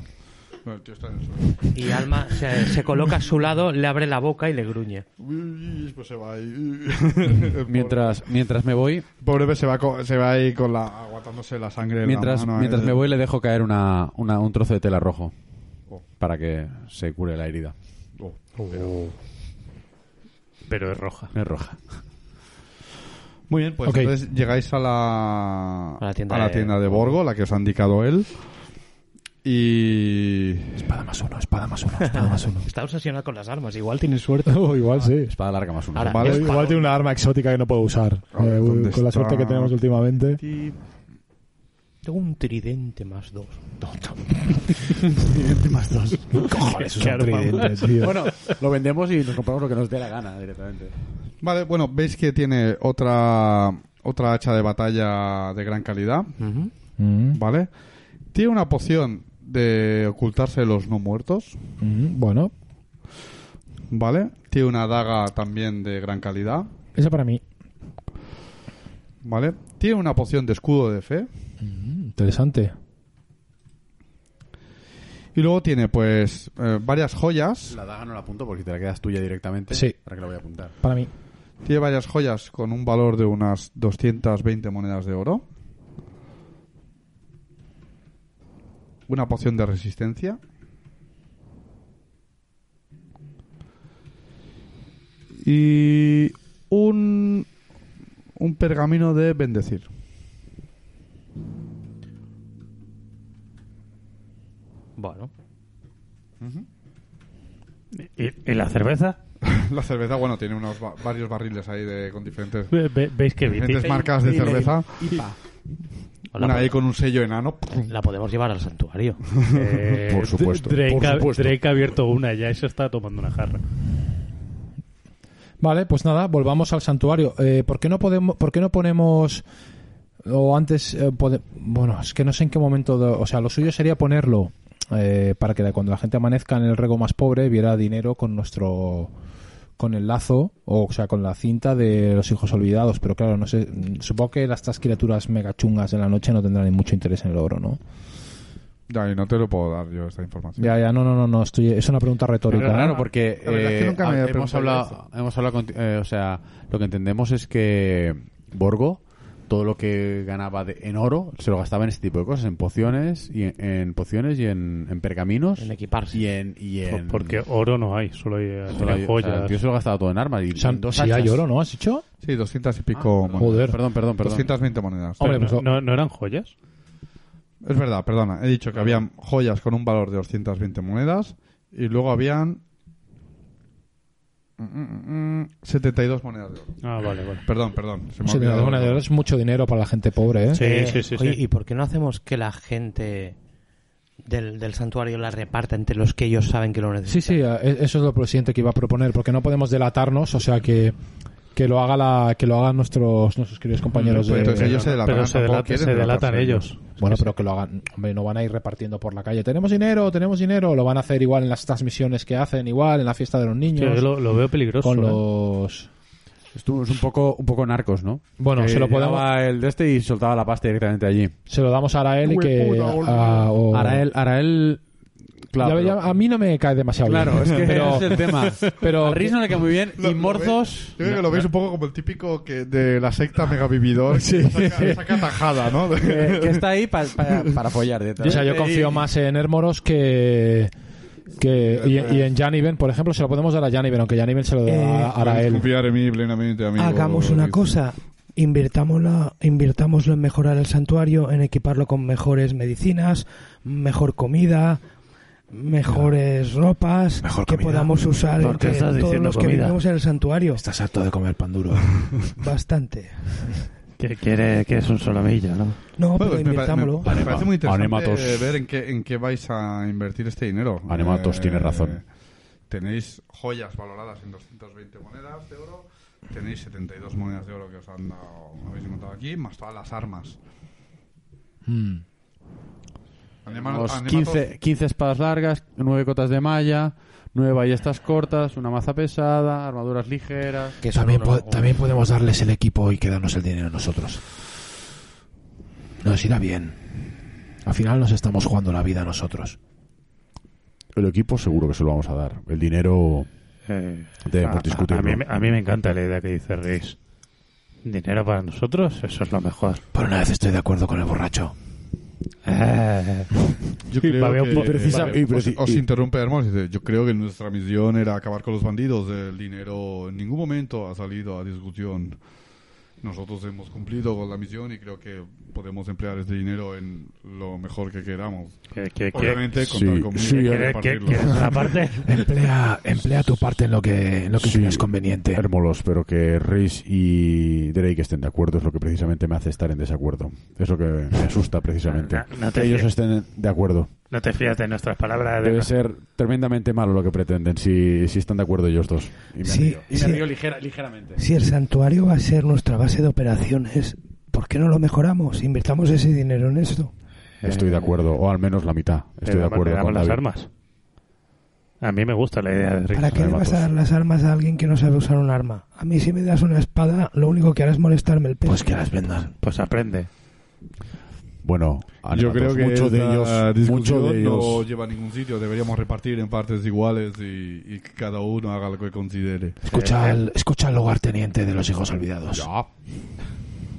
S2: el tío está en el suelo.
S6: Y Alma se, se coloca a su lado, le abre la boca y le gruñe.
S2: Uy, Pues se va ahí.
S8: Mientras, mientras me voy,
S2: Pobre se va, co- se va ahí con la, aguantándose la sangre. en
S8: mientras,
S2: la mano,
S8: mientras
S2: eh.
S8: me voy le dejo caer una, una- un trozo de tela rojo
S2: Oh.
S8: para que se cure la herida.
S2: Oh.
S5: Pero es roja.
S8: Es roja.
S2: Muy bien, pues
S4: Ok.
S2: entonces llegáis a la,
S6: A la tienda de-
S2: tienda de Borgo, la que os ha indicado él. Y.
S9: Espada más uno, espada más uno, espada más uno.
S6: Está obsesionado con las armas, igual tiene suerte.
S4: Oh, igual sí.
S8: Espada larga más una.
S6: Ahora,
S2: Vale.
S6: es
S4: Igual
S6: pa-
S4: tiene una arma exótica que no puedo usar.
S2: A ver,
S4: Eh,
S2: ¿dónde
S4: con la
S2: está?
S4: suerte que tenemos últimamente.
S6: Tengo un tridente más dos.
S9: más dos.
S4: Es un tridente, tío.
S8: Bueno, lo vendemos y nos compramos lo que nos dé la gana directamente.
S2: Vale, bueno, veis que tiene otra, otra hacha de batalla de gran calidad.
S6: Ujú.
S4: Mm,
S2: ¿Vale? Tiene una poción de ocultarse de los no muertos.
S4: mm, Bueno,
S2: ¿Vale? Tiene una daga también de gran calidad.
S4: esa para mí.
S2: ¿Vale? Tiene una poción de escudo de fe.
S4: Mm, Interesante.
S2: Y luego tiene, pues, eh, varias joyas.
S8: La daga no la apunto porque te la quedas tuya directamente.
S4: Sí.
S8: Para que la voy a apuntar.
S4: Para mí.
S2: Tiene varias joyas con un valor de unas 220 monedas de oro. Una poción de resistencia. Y un, un pergamino de bendecir.
S11: ¿Y la cerveza?
S2: La cerveza, bueno, tiene unos va- varios barriles ahí de, con diferentes,
S5: Ve- ve- veis que
S2: diferentes
S5: Viti-
S2: marcas de
S5: Dile,
S2: cerveza.
S5: IPA.
S2: Una ahí con un sello enano.
S6: La podemos llevar al santuario.
S5: Eh,
S2: Por supuesto,
S5: Drake,
S2: por
S5: ha-
S2: supuesto.
S5: Drake ha abierto una ya y se está tomando una jarra.
S4: Vale, pues nada, volvamos al santuario. Eh, ¿por, qué no podemos, ¿Por qué no ponemos... O antes... eh, pode- bueno, es que no sé en qué momento... de- o sea, lo suyo sería ponerlo eh, para que cuando la gente amanezca en el rego más pobre viera dinero con nuestro... con el lazo, o, sea, con la cinta de los hijos olvidados. Pero claro, no sé... mm, Supongo que las- estas criaturas megachungas de la noche no tendrán mucho interés en el oro, ¿no?
S2: Ya, y no te lo puedo dar yo esta información.
S4: Ya, ya, no, no, no, no. Estoy, es una pregunta
S8: Pero
S4: retórica.
S8: es raro porque
S2: Ah, La verdad es que
S8: eh,
S2: nunca me había
S8: hemos,
S2: preguntado
S8: hablado, hemos hablado, con- eh, o sea, lo que entendemos es que Borgo todo lo que ganaba de- en oro se lo gastaba en este tipo de cosas, en pociones y en, en pociones y en, en pergaminos, en
S6: equiparse
S8: y en, y en-
S5: Porque oro no hay, solo hay, eh,
S8: solo hay- o sea,
S5: joyas.
S8: el tío se lo gastaba todo en armas y en dos
S4: si
S8: hachas.
S4: hay oro, ¿no? ¿Has dicho?
S2: Sí, 200 y pico monedas.
S4: joder.
S8: Perdón, perdón, perdón.
S2: 220 monedas.
S5: Hombre, Pero pues no- lo- no- ¿no eran joyas?
S2: Es verdad, perdona. He dicho que habían joyas con un valor de 220 monedas y luego habían... mm, mm, mm, 72 monedas de oro.
S5: Ah, vale, vale.
S2: Perdón, perdón. se me ha
S4: Sí,
S2: olvidado.
S4: bueno, de verdad es mucho dinero para la gente pobre, ¿eh?
S6: Eh, oye, ¿y por qué no hacemos que la gente del, del santuario la reparta entre los que ellos saben que lo necesitan?
S4: Sí, sí, eh, eso es lo siguiente que iba a proponer, porque no podemos delatarnos, o sea que que lo haga la que lo hagan nuestros nuestros queridos compañeros
S2: Pero
S4: de
S2: Mm, Pues, entonces ellos se delatarán, Pero se tampoco delatan- quieren se delatarse delatan ellos.
S4: bueno pero que lo hagan hombre no van a ir repartiendo por la calle tenemos dinero tenemos dinero lo van a hacer igual en las transmisiones que hacen igual en la fiesta de los niños
S5: Sí, yo lo- lo veo peligroso,
S4: con
S5: ¿eh?
S4: los
S8: Estuvo es un poco, un poco narcos, ¿no?
S4: Bueno,
S8: Que
S4: se lo podemos-
S8: llegaba el de este y soltaba la pasta directamente allí.
S4: se lo damos a Arael y que a, o-
S8: Arael, Arael, claro,
S4: Oh. Ya- ya- a mí no me cae demasiado
S8: Claro,
S4: bien
S8: es que
S4: pero,
S8: ese es el tema.
S4: pero
S8: A Riz no le cae muy bien y Morzos...
S2: Yo creo que lo veis un poco como el típico que de la secta megavividor. Sí. Saca, saca tajada, ¿no?
S8: que, que está ahí pa- pa- para follar. de tal.
S4: O sea, yo confío más en Hermoros que. que y, y en Janiven, por ejemplo, se lo podemos dar a Janiven, aunque Janiven se lo da
S10: Eh,
S4: a a él.
S2: Confiar en mí plenamente, amigo.
S10: Hagamos una cosa. Invirtámoslo, invirtámoslo en mejorar el santuario, en equiparlo con mejores medicinas, mejor comida, mejores ropas que
S9: comida.
S10: podamos usar
S9: ¿Por qué
S10: entre
S9: estás
S10: todos
S9: diciendo
S10: los que
S9: comida?
S10: vivimos en el santuario.
S9: Estás harto de comer pan duro.
S10: Bastante.
S9: que quiere que es un solomillo, ¿no?
S10: No, pero
S2: Bueno, pues me, pare-
S10: invirtámoslo.
S2: me parece muy interesante
S8: Anematos.
S2: eh, ver en qué, en qué vais a invertir este dinero.
S8: Anematos, tiene razón.
S2: Tenéis joyas valoradas en 220 monedas de oro, tenéis 72 monedas de oro que os han dado, habéis encontrado aquí, más todas las armas.
S4: Mm.
S2: Anema-
S8: Tenemos
S2: anematos-
S8: 15, 15 espadas largas, 9 cotas de malla, 9 ballestas cortas, una maza pesada, armaduras ligeras.
S9: también, po- también podemos darles el equipo y quedarnos el dinero nosotros. Nos irá bien. Al final nos estamos jugando la vida nosotros.
S8: El equipo seguro que se lo vamos a dar. El dinero
S11: Eh,
S8: Debemos
S11: a- a-
S8: discutirlo.
S11: A mí, me- a mí me encanta la idea que dice Riz. ¿Dinero para nosotros? Eso es lo mejor.
S9: Por una vez estoy de acuerdo con el borracho.
S11: Eh,
S2: Yo
S11: Y babeo
S2: creo
S11: un po-
S2: que,
S11: y precisa-
S2: vale,
S11: y
S2: os,
S11: preci-
S2: os
S11: y-
S2: interrumpe Hermos. dice, Yo creo que nuestra misión era acabar con los bandidos. El dinero en ningún momento ha salido a discusión. Nosotros hemos cumplido con la misión y creo que podemos emplear este dinero en lo mejor que queramos.
S11: que- que- que-
S2: Obviamente,
S11: sí,
S2: contar conmigo
S11: sí, eh, que-
S2: para
S11: que-
S2: repartirlo.
S11: que- la parte-
S9: Emplea, emplea tu parte en lo que, en lo que creas conveniente.
S8: Hermolos, pero que Rhys y Drake estén de acuerdo es lo que precisamente me hace estar en desacuerdo. Es lo que me asusta precisamente.
S2: Ah,
S11: No, no te
S8: que ellos
S11: fíes.
S8: estén de acuerdo.
S11: No te fías de nuestras palabras. de-
S8: Debe ser tremendamente malo lo que pretenden si, si están de acuerdo ellos dos. Y me
S10: Sí,
S8: río. Y me
S10: sí.
S8: río ligera- ligeramente.
S10: Si el santuario va a ser nuestra base de operaciones, ¿por qué no lo mejoramos? Invirtamos ese dinero en esto.
S2: Eh,
S8: Estoy de acuerdo, o al menos la mitad. Estoy
S11: Pero
S8: de acuerdo
S11: damos
S8: con
S11: las
S8: David.
S11: armas. A mí me gusta la idea de Riz.
S10: ¿Para qué le vas a dar las armas a alguien que no sabe usar un arma? A mí si me das una espada, lo único que harás es molestarme el pecho.
S9: Pues que las vendan.
S11: Pues aprende.
S8: Bueno,
S2: Yo creo que
S8: muchos de
S2: esta
S8: ellos,
S2: discusión
S8: muchos de ellos.
S2: no lleva a ningún sitio. Deberíamos repartir en partes iguales y, y que cada uno haga lo que considere.
S9: Escucha al, escucha al lugarteniente de los hijos olvidados.
S2: Eh,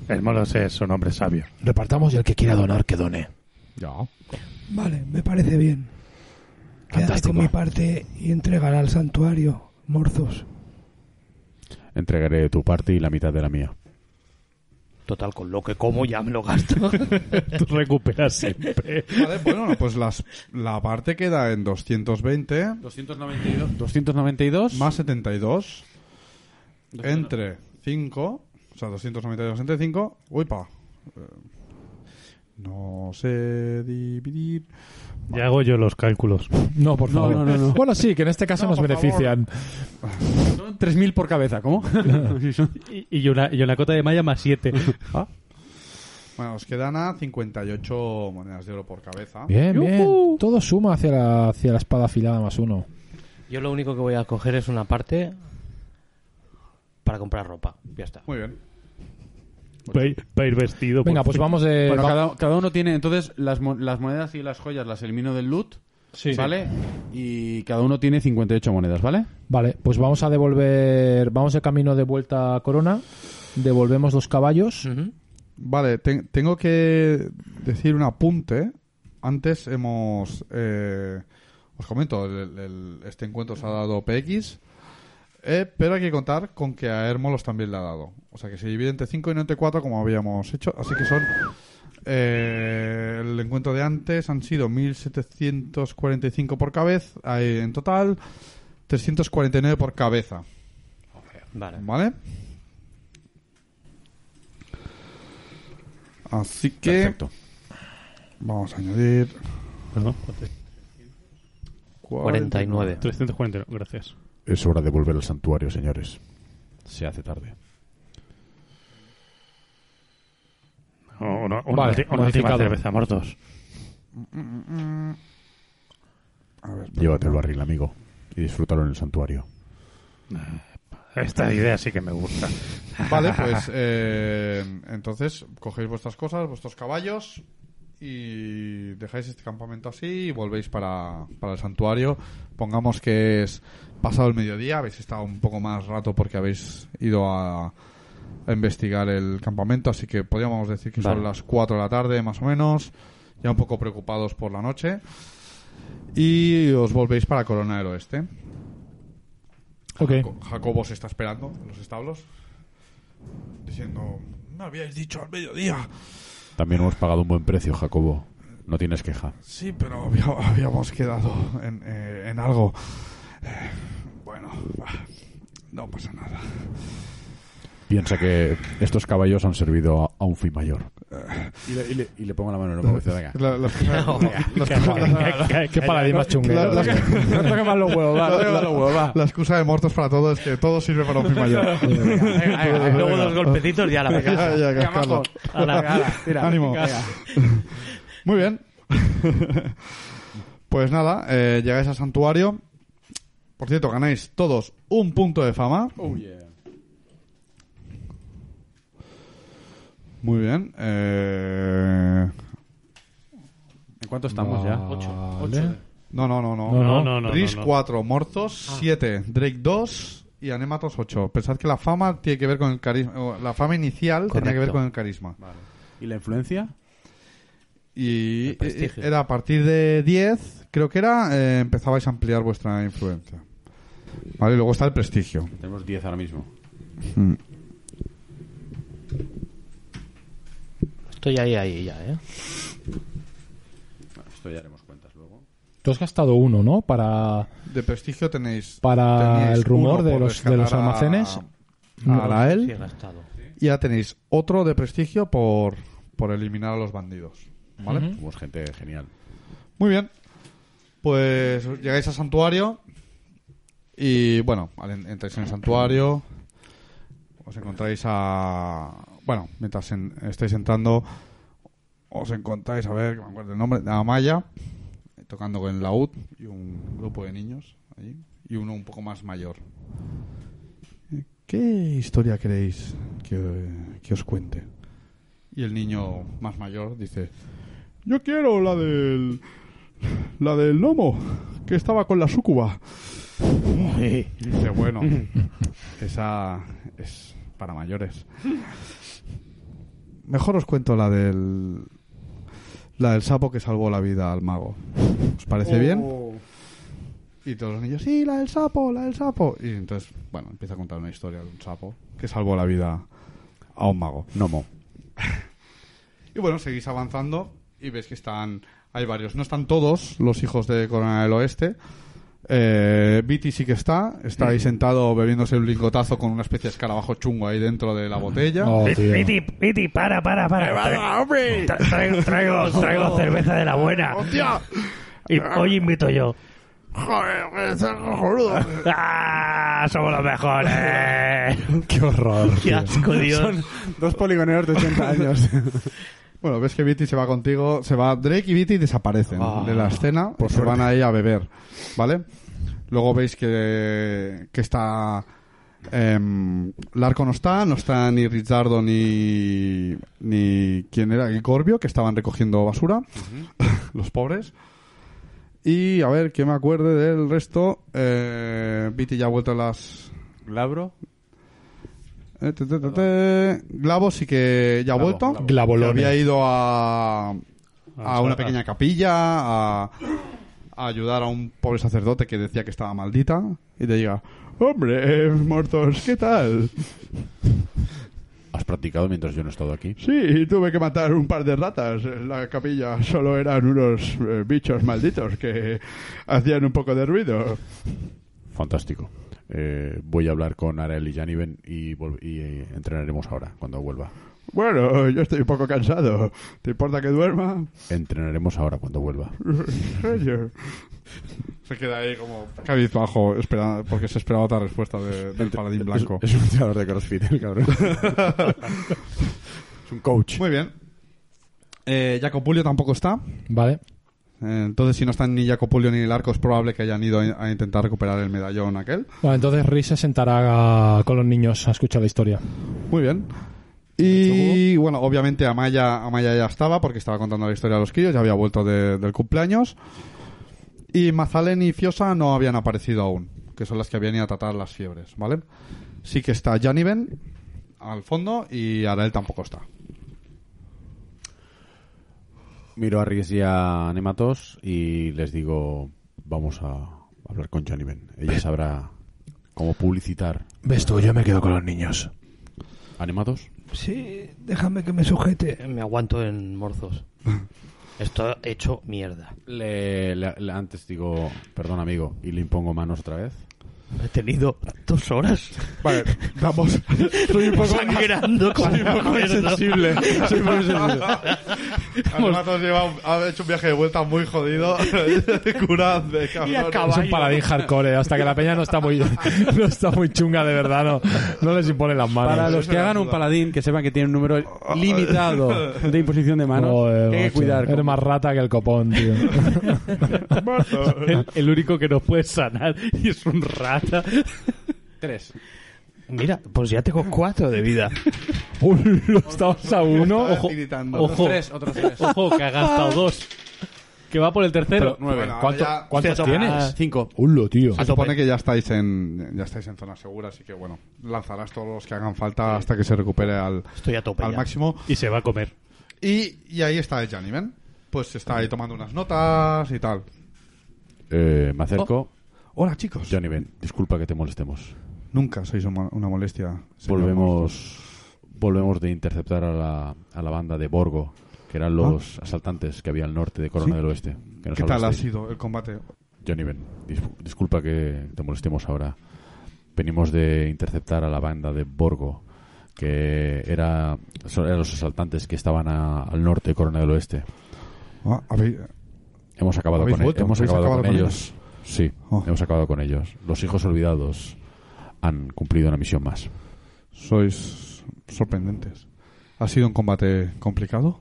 S2: Ya,
S11: El Molos es un hombre sabio.
S9: Repartamos y el que quiera donar, que done.
S2: ya.
S10: Vale, me parece bien. Quédate
S9: Fantástico.
S10: con mi parte y entregará al santuario, morzos.
S8: Entregaré tu parte y la mitad de la mía.
S6: Total, con lo que como ya me lo gasto.
S5: Tú recuperas siempre.
S2: Vale, bueno, no, pues las, la parte queda en 220.
S3: 292.
S2: 292. Más 72. Entre 5. O sea, 292 entre 5. Uy, pa. Eh, No sé dividir.
S5: Ya hago yo los cálculos.
S11: No, por
S2: No,
S11: favor.
S2: no, no, no.
S11: Bueno, sí, que en este caso
S2: No,
S11: nos
S2: por
S11: benefician.
S7: 3.000 por cabeza, ¿cómo?
S2: Eh,
S5: Y, y una, y una cota de malla más 7.
S11: Ah.
S2: Bueno, os quedan a 58 monedas de oro por cabeza.
S4: Bien, bien. Todo suma hacia la, hacia la espada afilada más uno.
S6: Yo lo único que voy a coger es una parte para comprar ropa. Ya está.
S2: Muy bien.
S5: Para ir, pa' ir vestido.
S4: Venga,
S5: por
S4: pues
S5: fin.
S4: vamos de.
S7: Bueno,
S4: va-
S7: cada, cada uno tiene, entonces, las, mo- las monedas y las joyas las elimino del loot, ¿vale? Y cada uno tiene 58 monedas, ¿vale?
S4: Vale, pues vamos a devolver. Vamos de camino de vuelta a Corona. Devolvemos los caballos.
S2: Mm. Vale, te- tengo que decir un apunte. Antes hemos... eh, os comento, el- el- este encuentro se ha dado PX, eh, pero hay que contar con que a Hermolos también le ha dado. O sea que se divide entre 5 y no entre 4 como habíamos hecho. Así que son... eh, el encuentro de antes han sido 1745 por cabeza, eh, en total 349 por cabeza.
S6: Vale.
S2: ¿Vale? Así que. Vamos a añadir.
S5: Perdón.
S6: 49.
S5: 349, gracias.
S8: Es hora de volver al santuario, señores. Se hace tarde.
S11: Una,
S5: Vale,
S11: ulti- una
S5: modificado.
S11: última cerveza, muertos.
S8: Llévate el barril, amigo. Y disfrútalo en el santuario.
S11: Esta idea sí que me gusta.
S2: Vale, pues. eh, entonces, cogéis vuestras cosas, vuestros caballos. Y dejáis este campamento así y volvéis para, para el santuario. Pongamos que es pasado el mediodía, habéis estado un poco más rato porque habéis ido a, a investigar el campamento, así que podríamos decir que son
S6: Vale.
S2: las 4 de la tarde más o menos, ya un poco preocupados por la noche. Y os volvéis para Corona del Oeste.
S4: Ok.
S2: Jaco- Jacobo os está esperando en los establos, diciendo, me habíais dicho al mediodía.
S8: También hemos pagado un buen precio, Jacobo. No tienes queja.
S2: Sí, pero había- habíamos quedado en, eh, en algo. Eh, bueno, bah, no pasa nada.
S8: Piensa que estos caballos han servido a, a un fin mayor. Y le, y le- y le pongo la mano en el cabeza, venga.
S2: La- las cosas- las
S11: Qué
S2: cosas-
S11: pa-
S4: Eh,
S11: qué- qué paladín más chunguero.
S2: Eh, La- la-
S11: No toques más los huevos, va,
S2: La-
S11: no toques
S2: la-
S11: más los huevos, va.
S2: La excusa de muertos para todo es que todo sirve para un fin mayor.
S6: Ah, Luego dos golpecitos ya la
S2: Ya, ya,
S6: venganza.
S2: Carlos.
S6: Ala, ala, tira.
S2: Ánimo.
S6: Venga.
S2: Muy bien. Pues nada, eh, llegáis al santuario. Por cierto, ganáis todos un punto de fama.
S7: Oh,
S2: Muy bien. Eh,
S7: ¿En cuánto estamos ya?
S4: Vale.
S2: No, no, no, no.
S5: No, no, no, no,
S2: Riz
S5: no, Ah. no.
S2: 4, Morzos 7, Drake 2 y Anematos 8. Pensad que la fama tiene que ver con el carisma. La fama inicial tenía que ver
S6: Correcto.
S2: con el carisma.
S7: ¿Y la influencia?
S2: Y eh,
S6: prestigio.
S2: era a partir de 10, creo que era, eh, empezabais a ampliar vuestra influencia. Vale, y luego está el prestigio.
S8: Tenemos 10 ahora mismo.
S6: Estoy ahí, ahí ya, ¿eh?
S8: Esto ya haremos cuentas luego.
S4: Tú has gastado uno, ¿no? Para.
S2: De prestigio tenéis.
S4: Para
S2: teníais
S4: el rumor
S2: uno
S4: de
S2: por
S4: los- de los
S2: rescatar a-
S4: almacenes.
S2: A, Arael.
S6: Sí, he gastado.
S2: Y ya tenéis otro de prestigio por, por eliminar a los bandidos. ¿Vale?
S8: Somos gente genial.
S2: Muy bien. Pues llegáis al santuario. Y bueno, al en- entráis en el santuario. Os encontráis a. Bueno, mientras en- estáis entrando, os encontráis, a ver, que me acuerdo el nombre, a Maya tocando con el laúd y un grupo de niños allí, y uno un poco más mayor. ¿Qué historia queréis que, que os cuente? Y el niño más mayor dice: yo quiero la del. La del gnomo, que estaba con la súcuba. Y dice, bueno, esa es para mayores. Mejor os cuento la del. La del sapo que salvó la vida al mago. ¿Os parece bien? Y todos los niños, sí, la del sapo, la del sapo. Y entonces, bueno, empieza a contar una historia de un sapo que salvó la vida a un mago.
S8: Nomo.
S2: Y bueno, seguís avanzando y ves que están. Hay varios. No están todos los hijos de Corona del Oeste. Eh, Viti sí que está. Está ahí sentado bebiéndose un lingotazo con una especie de escarabajo chungo ahí dentro de la botella.
S4: Oh,
S12: Piti, Piti, para, para, para. Tra- tra- traigo, traigo, traigo cerveza de la buena.
S9: ¡Hostia!
S12: Y hoy invito yo.
S9: Joder, es cojonudo.
S12: ¡Ah! Somos los mejores.
S9: Qué horror.
S12: Qué asco, Dios.
S9: Son
S2: dos poligoneros de 80 años. bueno, ves que Viti se va contigo, se va Drake y Viti desaparecen de la escena, pues se van ahí a beber, ¿vale? Luego veis que, que está em, Larco no está, no está ni Rizzardo ni ni quién era, el Corbio que estaban recogiendo basura, los pobres. Y a ver, que me acuerde del resto. Eh, Viti ya ha vuelto a las.
S7: Glabro.
S2: Eh, te, te, te, te. Glavo sí que ya ha
S9: Glavo,
S2: vuelto.
S9: Glavo. Ah, Glavolones.
S2: Que Había ido a, a una
S9: Santa.
S2: pequeña capilla a, a ayudar a un pobre sacerdote que decía que estaba maldita. Y te diga: Hombre, eh, muertos, ¿qué tal?
S8: ¿Has practicado mientras yo no he estado aquí?
S2: Sí, tuve que matar un par de ratas. En la capilla solo eran unos eh, bichos malditos que hacían un poco de ruido.
S8: Fantástico. Eh, voy a hablar con Arel y Janiven y, vol- y eh, entrenaremos ahora, cuando vuelva.
S2: Bueno, yo estoy un poco cansado. ¿Te importa que duerma?
S8: Entrenaremos ahora, cuando vuelva.
S2: Se queda ahí como cabizbajo, esperando, porque se esperaba otra respuesta de- del paladín blanco.
S8: Es, es un tirador de crossfit, el cabrón.
S2: es un coach. Muy bien. Eh, Jacopulio tampoco está.
S4: Vale.
S2: Eh, entonces, si no están ni Jacopulio ni el arco, es probable que hayan ido a a intentar recuperar el medallón aquel.
S4: Bueno, entonces Riz se sentará con los niños a escuchar la historia.
S2: Muy bien. Y bueno, obviamente Amaya, Amaya ya estaba porque estaba contando la historia de los críos, ya había vuelto de- del cumpleaños. Y Mazalén y Fiosa no habían aparecido aún, que son las que habían ido a tratar las fiebres, ¿vale? Sí que está Janiven al fondo y Arael tampoco está.
S8: Miro a Ries y a Nematos y les digo, vamos a hablar con Janiven. Ella sabrá cómo publicitar.
S9: Ves tú, yo me quedo con los niños.
S8: ¿Animados?
S10: Sí, déjame que me sujete.
S6: Me aguanto en morzos. Esto hecho mierda.
S8: Le, le- le- antes digo, perdón amigo, y le impongo manos otra vez.
S6: He tenido dos horas.
S2: Vale, vamos.
S9: Soy un poco
S6: Sangrando como
S9: soy un poco
S6: un
S9: más
S6: cerdo.
S9: sensible. Soy un poco sensible.
S2: Nematos lleva un- ha hecho un viaje de vuelta muy jodido. Curante, cabrón.
S4: Es un paladín hardcore, eh, hasta que la peña no está muy no está muy chunga de verdad, no, no les impone las manos.
S8: Para los Pues que hagan un paladín, que sepan que tiene un número limitado de imposición de manos,
S4: Joder,
S8: que hay que
S4: macho,
S8: cuidar.
S4: Oh, eh, Eres más rata que el copón, tío.
S5: el, el único que nos puede sanar y es un rata.
S8: Tres.
S6: Mira, pues ya tengo cuatro de vida.
S4: Uy, estamos a uno.
S5: Ojo, ojo, Ojo, que ha gastado dos. Que va por el tercero.
S2: ¿Cuánto- cuántos tienes?
S8: Cinco.
S4: Ulo, tío.
S2: Se supone que ya estáis en ya estáis en zona segura, así que bueno, lanzarás todos los que hagan falta hasta que se recupere al, al máximo.
S5: Y se va a comer.
S2: Y, y ahí está el Janiven. Pues está ahí tomando unas notas y tal.
S8: Eh, me
S2: Oh.
S8: acerco.
S2: Hola, chicos.
S8: Janiven, disculpa que te molestemos.
S2: Nunca sois una, una molestia. señor.
S8: Volvemos volvemos de interceptar a la, a la banda de Borgo, que eran los asaltantes que había al norte de Corona
S2: Ah. ¿Sí?
S8: del Oeste. que nos
S2: ¿Qué tal ha
S8: hablasteis.
S2: sido el combate?
S8: Johnny Ben, dis- disculpa que te molestemos ahora. Venimos de interceptar a la banda de Borgo, que era, son- eran los asaltantes que estaban a- al norte de Corona del Oeste.
S2: Ah, habéis-
S8: Hemos acabado
S2: ¿Habéis
S8: con, e-
S2: vuelto?
S8: hemos
S2: ¿Habéis
S8: acabado
S2: acabado
S8: con
S2: con Oh.
S8: ellos. Sí, hemos acabado con ellos. Los hijos olvidados han cumplido una misión más.
S2: Sois sorprendentes. ¿Ha sido un combate complicado?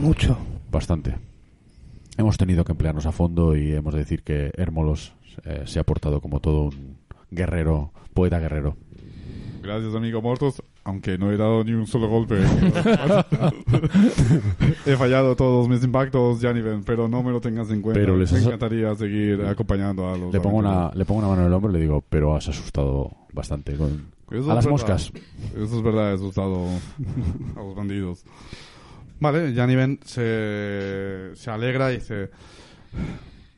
S10: Mucho.
S8: Bastante. Hemos tenido que emplearnos a fondo y hemos de decir que Hermolos eh, se ha portado como todo un guerrero, poeta guerrero.
S2: Gracias, amigo Mortos, aunque no he dado ni un solo golpe. he fallado todos mis impactos, Janiven, pero no me lo tengas en cuenta.
S8: Pero les
S2: me
S8: has-
S2: encantaría seguir acompañando a los.
S8: Le pongo, una,
S2: aventureros.
S8: le pongo una mano en el hombro y le digo, pero has asustado bastante con...
S2: Eso
S8: a
S2: es
S8: las
S2: verdad.
S8: moscas.
S2: Eso es verdad, he asustado a los bandidos. Vale, Janiven se, se alegra y dice: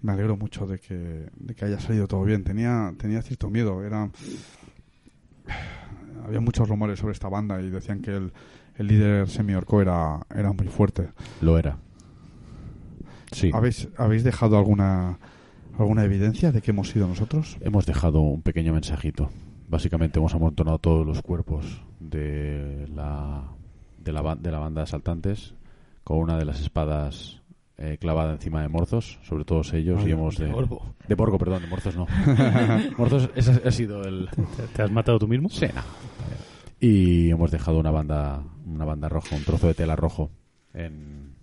S2: Me alegro mucho de que, de que haya salido todo bien. Tenía, tenía cierto miedo. Era, había muchos rumores sobre esta banda y decían que el, el líder semiorco era, era muy fuerte.
S8: Lo era. Sí.
S2: ¿Habéis, ¿Habéis dejado alguna, alguna evidencia de que hemos sido nosotros?
S8: Hemos dejado un pequeño mensajito. Básicamente hemos amontonado todos los cuerpos de la, de la, ba- de la banda de asaltantes con una de las espadas eh, clavada encima de Morzos, sobre todos ellos,
S11: Ah,
S8: y hemos
S11: de
S8: de...
S11: Borgo.
S8: de Borgo, perdón, de Morzos no. Morzos, ese ha sido el...
S11: ¿Te, te has matado tú mismo?
S8: Sí, Y hemos dejado una banda, una banda roja, un trozo de tela rojo en,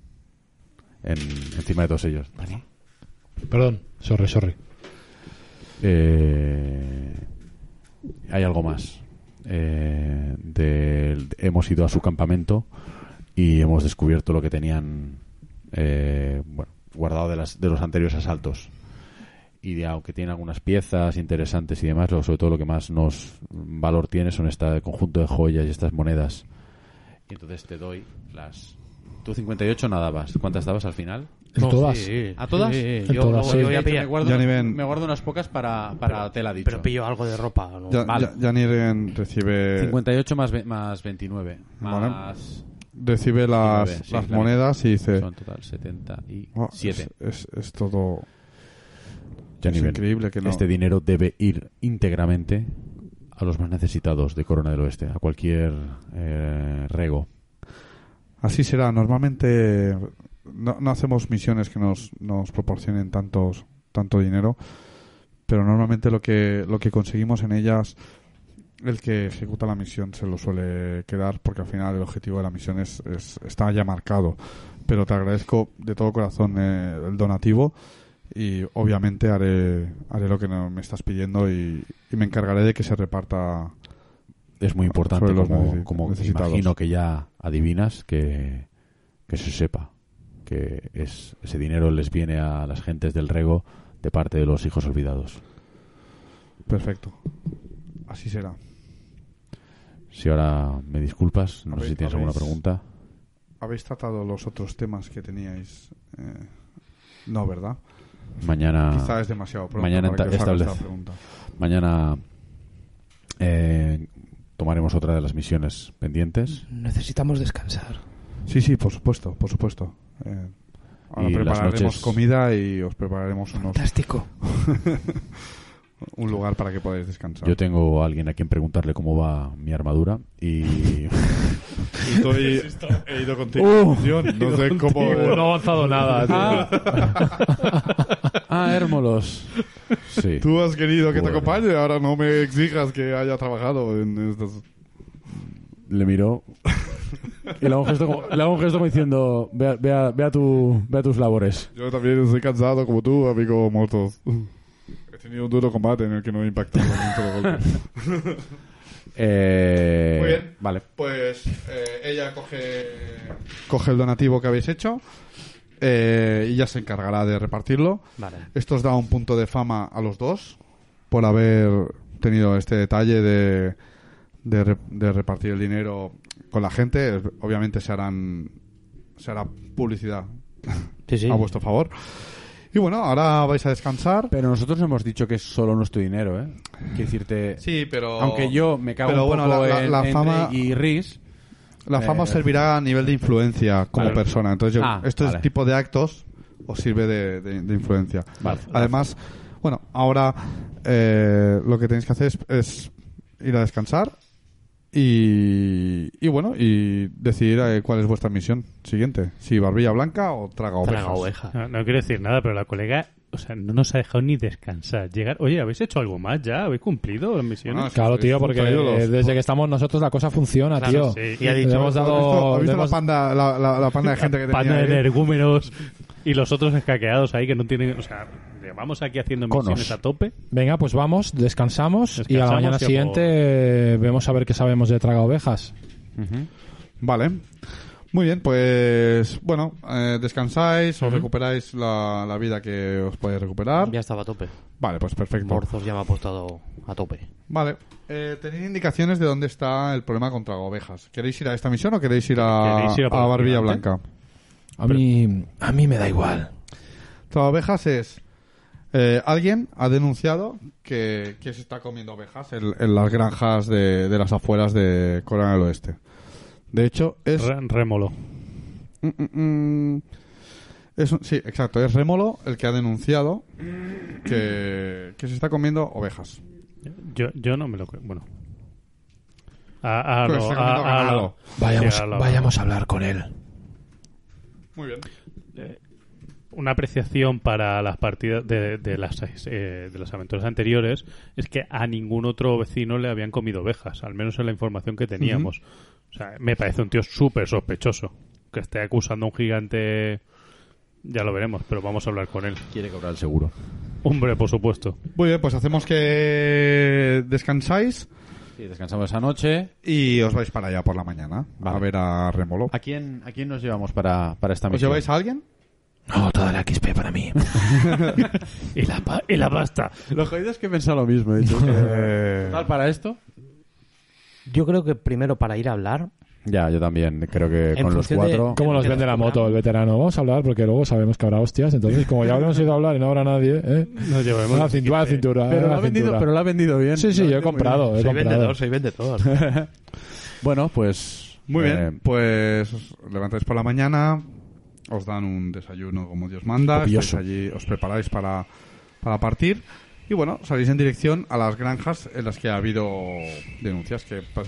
S8: en- encima de todos ellos.
S9: Perdón, sorry, sorry.
S8: Eh, hay algo más. Eh, del- hemos ido a su campamento y hemos descubierto lo que tenían eh, bueno, guardado de, las, de los anteriores asaltos. Y de, aunque tienen algunas piezas interesantes y demás, lo- sobre todo lo que más nos valor tiene son este conjunto de joyas y estas monedas. Y entonces te doy las... Tú 58 nadabas. ¿Cuántas dabas al final?
S6: En No, todas.
S7: sí. ¿A todas?
S6: Sí, en
S7: yo
S6: todas,
S7: yo
S6: sí.
S7: he dicho,
S6: Pillar.
S7: me, guardo,
S2: Ya ni ven.
S7: me guardo unas pocas para, para tela dicho.
S6: Pero pillo algo de ropa. ¿no?
S2: Ya- ya- Yaniren
S8: Eh.
S2: recibe...
S8: 58 más, ve- más 29.
S2: Vale.
S8: Más...
S2: Recibe las,
S8: 29, sí,
S2: las
S8: claro.
S2: monedas y dice...
S8: Son total 77.
S2: "Oh, es, es- es todo...
S8: Ya ni
S2: es
S8: ven.
S2: increíble que no...
S8: Este dinero debe ir íntegramente a los más necesitados de Corona del Oeste, a cualquier eh, rego.
S2: Así será. Normalmente no, no hacemos misiones que nos, nos proporcionen tantos, tanto dinero, pero normalmente lo que, lo que conseguimos en ellas, el que ejecuta la misión se lo suele quedar porque al final el objetivo de la misión es, es- está ya marcado. Pero te agradezco de todo corazón eh, el donativo y obviamente haré, haré lo que no- me estás pidiendo y, y me encargaré de que se reparta.
S8: Es muy importante,
S2: sobre los
S8: como,
S2: necesi-
S8: como
S2: necesitados.
S8: imagino que ya adivinas, que, que se sepa que es, ese dinero les viene a las gentes del rego de parte de los hijos olvidados.
S2: Perfecto. Así será.
S8: Si ahora me disculpas, no sé
S2: Habéis-
S8: si tienes alguna
S2: habéis-
S8: pregunta.
S2: Habéis tratado los otros temas que teníais. eh, no, ¿verdad?
S8: Mañana.
S2: Quizá es demasiado pronto
S8: Ah, Mañana
S2: para que os haga
S8: establece-
S2: esta pregunta.
S8: Mañana eh, tomaremos otra de las misiones pendientes.
S9: Necesitamos descansar.
S2: Sí, sí, por supuesto, por supuesto. Eh, ahora
S8: Y las
S2: prepararemos
S8: noches-
S2: comida y os prepararemos unos.
S9: Fantástico.
S2: un lugar para que podáis descansar.
S8: Yo tengo a alguien a quien preguntarle cómo va mi armadura y.
S2: Estoy, Uh, he ido contigo. Yo no sé cómo.
S5: No ha avanzado nada,
S8: Ah. Ah, Hérmolos. Sí.
S2: Tú has querido que
S8: Bueno.
S2: te acompañe, ahora no me exijas que haya trabajado en estos.
S8: Le miró. Y le hago un gesto como, le hago un gesto como diciendo: Ve a, ve a- ve a tu, ve a tus labores.
S2: Yo también estoy cansado como tú, amigo Mortos. He tenido un duro combate en el que no he impactado con un solo golpe.
S8: Eh,
S2: Muy bien.
S8: Vale.
S2: Pues ella coge. coge el donativo que habéis hecho eh, y ya se encargará de repartirlo.
S6: Vale.
S2: Esto os da un punto de fama a los dos por haber tenido este detalle de, de, re- de repartir el dinero con la gente. Obviamente se harán se hará publicidad
S6: Sí, sí.
S2: a vuestro favor. Y bueno, ahora vais a descansar.
S8: Pero nosotros hemos dicho que es solo nuestro dinero, ¿eh? Quiero decirte.
S2: Sí, pero-
S8: Aunque yo me cago
S2: Pero
S8: un
S2: bueno,
S8: poco
S2: la- la-
S8: en-
S2: la
S8: en
S2: fama-
S8: Rey y Riz.
S2: La fama
S8: Eh,
S2: os servirá a nivel de influencia como
S8: Vale.
S2: persona. Entonces, yo,
S8: Ah,
S2: este
S8: vale.
S2: tipo de actos os sirve de, de- de influencia.
S8: Vale.
S2: Además, bueno, ahora eh, lo que tenéis que hacer es, es ir a descansar y, y bueno, y decidir eh, cuál es vuestra misión siguiente. Si barbilla blanca o traga ovejas.
S5: No, no quiero decir nada, pero la colega, o sea, no nos ha dejado ni descansar. Llegar, oye, ¿habéis hecho algo más ya? ¿Habéis cumplido las misiones?
S4: Claro, tío, porque eh, desde que estamos nosotros la cosa funciona,
S5: Claro,
S4: tío.
S5: sí.
S4: Le hemos dado,
S2: ¿Has visto, has visto
S4: le hemos-
S2: la, panda, la, la- la panda de gente que tenía
S5: Panda de
S2: ahí?
S5: energúmenos y los otros escaqueados ahí que no tienen... O sea, llevamos aquí haciendo
S4: Conos.
S5: misiones a tope.
S4: Venga, pues vamos, descansamos, y a la
S5: Descansamos
S4: mañana
S5: y a
S4: siguiente eh, vemos a ver qué sabemos de traga ovejas.
S2: Vale. Muy bien, pues bueno, eh, descansáis, os recuperáis la, la vida que os podéis recuperar.
S6: Ya estaba a tope.
S2: Vale, pues perfecto.
S6: Morzos ya me ha apostado a tope.
S2: Vale, eh, tenéis indicaciones de dónde está el problema contra ovejas. ¿Queréis ir a esta misión o queréis ir a,
S4: ¿Queréis ir a por
S2: a
S4: el
S2: Barbilla
S4: gigante?
S2: Blanca?
S4: A mí, a mí me da igual.
S2: Traga ovejas es. eh, alguien ha denunciado que, que se está comiendo ovejas en, en las granjas de, de las afueras de Corona del Oeste. De hecho, es.
S5: Re- Rémolo.
S2: Mm, mm, mm. Es un- sí, exacto. Es Rémolo el que ha denunciado que, que se está comiendo ovejas.
S5: Yo, yo no me lo creo. Bueno. A, a
S2: Pues
S5: lo-
S2: se ha
S5: a-
S2: comido
S5: a
S2: ganado.
S5: lo-
S9: Vayamos,
S5: sí, lo-
S9: vayamos a hablar con él.
S2: Muy bien.
S5: Una apreciación para las partidas de, de las, eh, de las aventuras anteriores es que a ningún otro vecino le habían comido ovejas, al menos en la información que teníamos. O sea, me parece un tío súper sospechoso que esté acusando a un gigante. Ya lo veremos, pero vamos a hablar con él.
S8: Quiere cobrar el seguro.
S5: Hombre, por supuesto.
S2: Muy bien, pues hacemos que descansáis
S8: Sí, descansamos esa noche.
S2: y os vais para allá por la mañana a ver a Remolo.
S8: ¿A quién, ¿A quién nos llevamos para, para esta
S2: ¿Os
S8: misión?
S2: lleváis a alguien?
S9: No, toda la XP para mí.
S8: y, la, pasta. Lo jodido es que he pensado lo mismo. he dicho, eh, Tal para esto.
S6: Yo creo que primero para ir a hablar.
S8: Ya, yo también creo que
S6: En
S8: con los
S6: función de-
S8: cuatro.
S6: ¿Cómo
S13: ¿Cómo nos
S6: Que
S13: vende
S6: nos
S13: la moto el veterano? Vamos a hablar porque luego sabemos que habrá hostias. Entonces, como ya habremos ido a hablar y no habrá nadie, ¿eh?
S5: Nos llevaremos
S13: la cintura, la cintura.
S8: Pero
S13: eh,
S8: lo
S13: la
S8: ha vendido-
S13: cintura.
S8: pero lo ha vendido bien.
S13: Sí,
S8: Lo
S13: sí, yo
S8: ha
S13: he
S8: vendido muy
S13: comprado.
S8: bien.
S13: he
S8: Soy
S13: comprado.
S8: vendedor, soy
S6: vendedor.
S8: bueno, pues.
S2: Muy
S8: eh,
S2: bien, pues os levantáis por la mañana, os dan un desayuno como Dios manda, estáis
S8: Copioso.
S2: allí, os preparáis para, para partir y bueno, salís en dirección a las granjas en las que ha habido denuncias, que pues,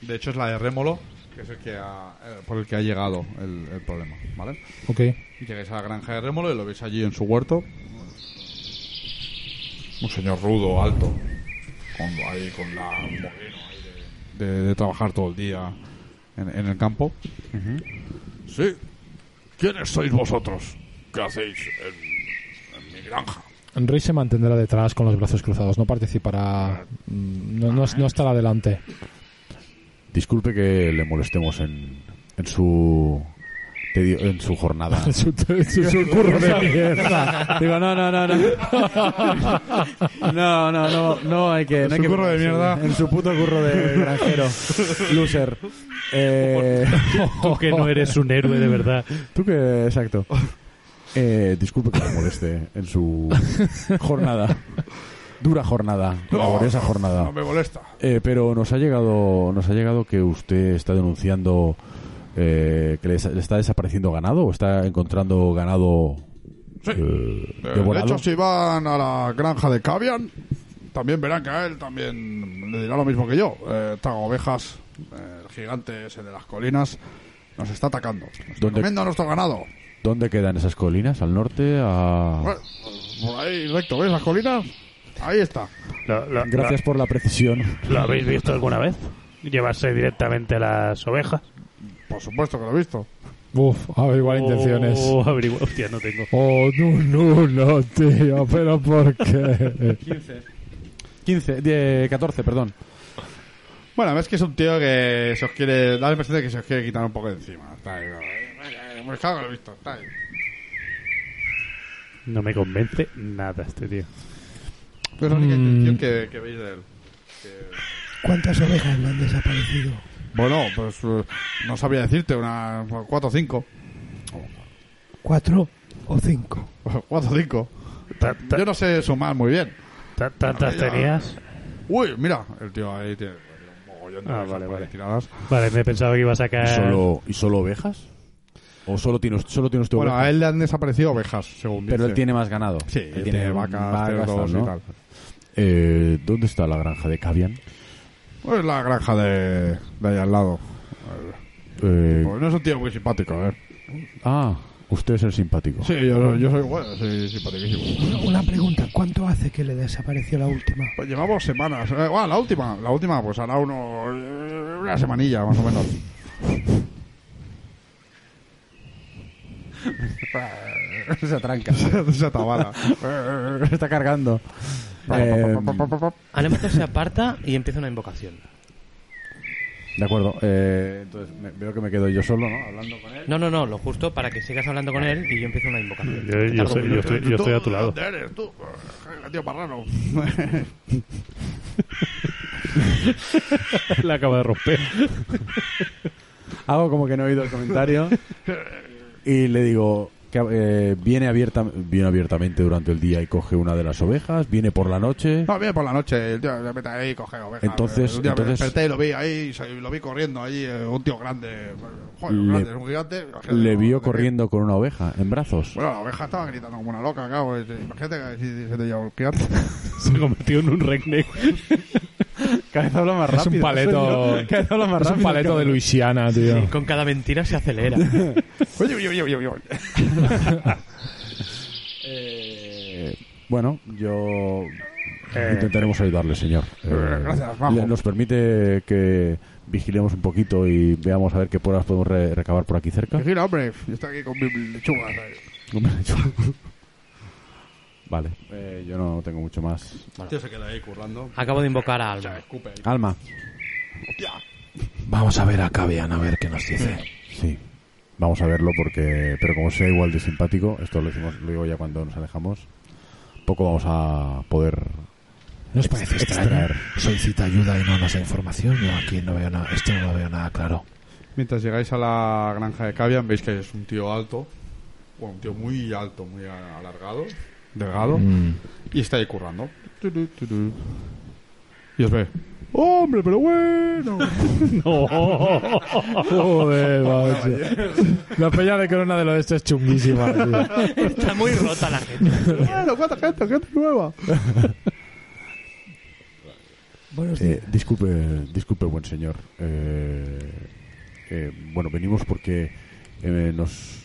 S2: de hecho es la de Rémolo, que es el que ha- eh, por el que ha llegado el, el problema, ¿vale?
S13: Ok.
S2: Llegáis a la granja de Rémolo y lo veis allí en su huerto. Un señor rudo, alto, con, ahí con la... un moreno ahí de, de- de trabajar todo el día en, en el campo. Sí. ¿Quiénes sois vosotros? ¿Qué hacéis en, en mi granja?
S13: Enrique se mantendrá detrás con los brazos cruzados. No participará. mm, No, no, no estará delante.
S8: Disculpe que le molestemos en, en su. te digo, en su jornada.
S13: Es un- es un curro de mierda.
S8: Digo, no, no, no, no. No, no, no, no hay que.
S2: En
S8: no hay
S2: su
S8: que
S2: curro de mierda.
S8: En su puto curro de granjero. Loser. Eh...
S5: Tú que no eres un héroe de verdad.
S8: Tú que, exacto. Eh, disculpe que me moleste en su jornada. Dura jornada, laboriosa jornada.
S2: No me molesta.
S8: Eh, pero nos ha llegado, nos ha llegado que usted está denunciando eh, que le, des- le está desapareciendo ganado o está encontrando ganado
S2: Sí.
S8: eh,
S2: Eh, de
S8: devorado.
S2: hecho, si van a la granja de Cavian, también verán que a él también le dirá lo mismo que yo. Eh, traga ovejas, eh, el gigante ese de las colinas nos está atacando. Nos está
S8: ¿Dónde-
S2: comiendo a nuestro ganado.
S8: ¿Dónde quedan esas colinas? ¿Al norte? A...
S2: Bueno, Por ahí, recto, ¿ves las colinas? Ahí está.
S8: Gracias por la precisión.
S11: ¿Lo habéis visto alguna vez? Llevarse directamente las ovejas.
S2: Por supuesto que lo he visto.
S13: Uf, averiguar intenciones.
S11: Oh, averigua- Hostia, no tengo.
S13: Oh, no, no, no, tío. ¿Pero por qué?
S8: 15. 15, die- 14, perdón.
S2: Bueno, es que es un tío que se os quiere. Da la impresión de que se os quiere quitar un poco de encima. Está ahí, ¿no? eh, Me cago en lo visto. Está ahí.
S5: No me convence nada este tío.
S2: Es la única intención que, que veis de él.
S10: ¿Cuántas ovejas me han desaparecido?
S2: Bueno, pues eh, no sabría decirte, unas cuatro o cinco.
S10: ¿Cuatro o cinco?
S2: Cuatro o cinco. Yo no sé sumar muy bien.
S11: ¿Tantas
S2: Ya.
S11: tenías?
S2: Uy, mira, el tío ahí tiene un mogollón de
S11: Ah,
S2: ovejas
S11: vale,
S2: por ahí
S11: vale.
S2: tiradas.
S5: Vale, me pensaba que iba a
S8: ¿Y
S5: sacar.
S8: solo, ¿Y solo ovejas? ¿O solo tienes, solo tienes tu
S2: Bueno,
S8: oveja?
S2: a él le han desaparecido ovejas, según
S8: Pero él
S2: dice.
S8: tiene más ganado.
S2: Sí,
S8: Él
S2: tiene vacas, cerdos y tal.
S8: Eh, ¿Dónde está la granja de Cavian?
S2: Pues la granja de, de ahí al lado.
S8: Eh,
S2: Pues no es un tío muy simpático, ¿eh?
S8: ah, usted es el simpático.
S2: Sí, yo, yo soy bueno, soy simpaticísimo.
S10: Una pregunta, ¿cuánto hace que le desapareció la última?
S2: Pues llevamos semanas. Eh, ah, la última, la última, pues hará uno, una semanilla más o menos.
S8: Se atranca.
S2: Se atabala.
S8: está cargando. Eh,
S6: Anemoto se aparta y empieza una invocación.
S8: de acuerdo. eh, entonces me- veo que me quedo yo solo, ¿no? Hablando con él.
S6: No, no, no, lo justo para que sigas hablando con él y yo empiezo una invocación.
S5: Yo, yo
S6: Tardo
S5: soy-
S6: un
S5: yo
S6: minuto.
S5: estoy, yo estoy a tu
S2: ¿Tú de
S5: lado.
S2: dónde eres tú? Eh, Tío parrano.
S5: La acaba de romper.
S8: Hago como que no he oído el comentario y le digo, que eh, viene, abierta, viene abiertamente durante el día y coge una de las ovejas, viene por la noche.
S2: No, viene por la noche, el tío se mete ahí y coge ovejas.
S8: Entonces-
S2: Un día me
S8: entonces-
S2: desperté y lo vi ahí, y se- lo vi corriendo allí, eh, un tío grande, joder,
S8: Le-
S2: grande, es un gigante. imagínate,
S8: Le
S2: ¿no?
S8: vio corriendo con una oveja en brazos.
S2: Bueno, la oveja estaba gritando como una loca, claro. eh, Imagínate que si- si se te lleva un gigante.
S14: Se convirtió en un redneck.
S15: Cada vez habla más
S4: Es un paleto, es un paleto de Luisiana, tío.
S6: Sí, con cada mentira se acelera.
S2: Oye, oye, oye, oye, oye.
S8: Eh, bueno, yo intentaremos ayudarle, señor. Eh,
S2: gracias, Juanjo.
S8: le- Nos permite que vigilemos un poquito y veamos a ver qué pruebas podemos re- recabar por aquí cerca.
S2: Vigila, hombre, yo estoy aquí con mi lechuga. ¿sabes?
S8: Vale, eh, yo no tengo mucho más.
S2: Tío se queda ahí currando.
S6: Acabo de invocar a Alma.
S8: Alma.
S9: Vamos a ver a Cavian, a ver qué nos dice.
S8: Sí, vamos a verlo porque, pero como sea igual de simpático, esto lo, hicimos, lo digo ya cuando nos alejamos, poco vamos a poder...
S9: ¿Nos parece
S8: Ex-
S9: extraño?
S8: extraer.
S9: Solicita ayuda y no nos da información. Yo aquí no veo nada, esto no lo veo nada claro.
S2: Mientras llegáis a la granja de Cavian, veis que es un tío alto. Bueno, un tío muy alto, muy alargado, delgado.
S9: Mm.
S2: Y está ahí currando. Turu, turu. Y os ve. ¡Hombre, pero bueno!
S4: No. Joder, macho. La peña de Corona del Oeste es chunguísima. tío.
S6: Está muy rota la gente.
S2: bueno, cuánta gente, gente nueva.
S10: Buenos
S8: Eh, disculpe, disculpe, buen señor. Eh, eh, bueno, venimos porque eh, nos...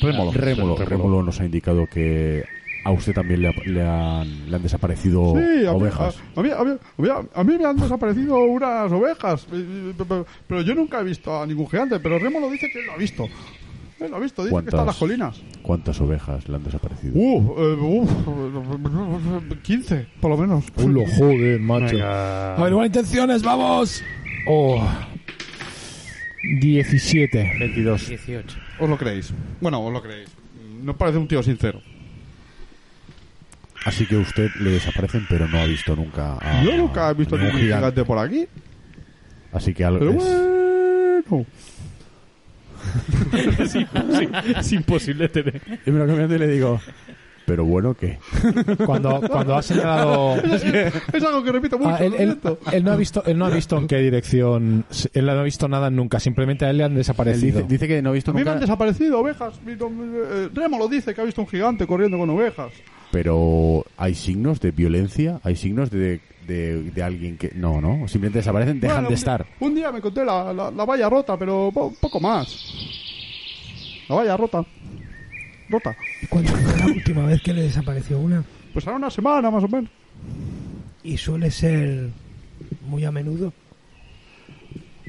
S14: Rémolo.
S8: Rémulo,
S14: Rémulo.
S8: Rémulo nos ha indicado que a usted también le, ha- le han, le han desaparecido
S2: Sí, a mí,
S8: ovejas.
S2: a- a mí- a mí- a mí- a mí me han desaparecido unas ovejas. eh, pe- pe- Pero yo nunca he visto a ningún gigante. Pero Remo lo dice que él lo ha visto. Él lo ha visto, dice que está en las colinas.
S8: ¿Cuántas ovejas le han desaparecido?
S2: Uf, eh, uf, 15, por lo menos.
S4: Lo joder, macho.
S14: Venga.
S4: Averiguar intenciones, vamos. Oh. 17.
S8: 22.
S6: 18.
S2: ¿Os lo creéis? Bueno, os lo creéis. No parece un tío sincero.
S8: Así que a usted le desaparecen, pero no ha visto nunca a...
S2: Yo nunca he visto
S8: ningún
S2: ningún gigante,
S8: gigante.
S2: por aquí.
S8: Así que algo
S2: Pero
S8: es-
S2: bueno.
S14: es, imposible, es imposible tener.
S8: Yo me lo cambiando y le digo, pero bueno, ¿qué?
S4: Cuando, cuando ha señalado.
S2: Es algo que repito mucho.
S4: Ah, él,
S2: lo
S4: él-
S2: siento.
S4: él no ha visto, él no ha visto en qué dirección. Él no ha visto nada nunca. Simplemente a él le han
S8: Él
S4: desaparecido.
S8: dice, dice que no ha visto
S2: A mí me han
S8: nunca,
S2: desaparecido ovejas. Mi- eh, Remo lo dice que ha visto un gigante corriendo con ovejas.
S8: pero hay signos de violencia, hay signos de, de, de alguien que... No, no, simplemente desaparecen, dejan
S2: Bueno,
S8: de
S2: un-
S8: estar.
S2: Un día me conté la, la, la valla rota, pero po- poco más. La valla rota. Rota.
S10: ¿Cuándo fue la última vez que le desapareció una?
S2: Pues ahora una semana más o menos.
S10: Y suele ser muy a menudo.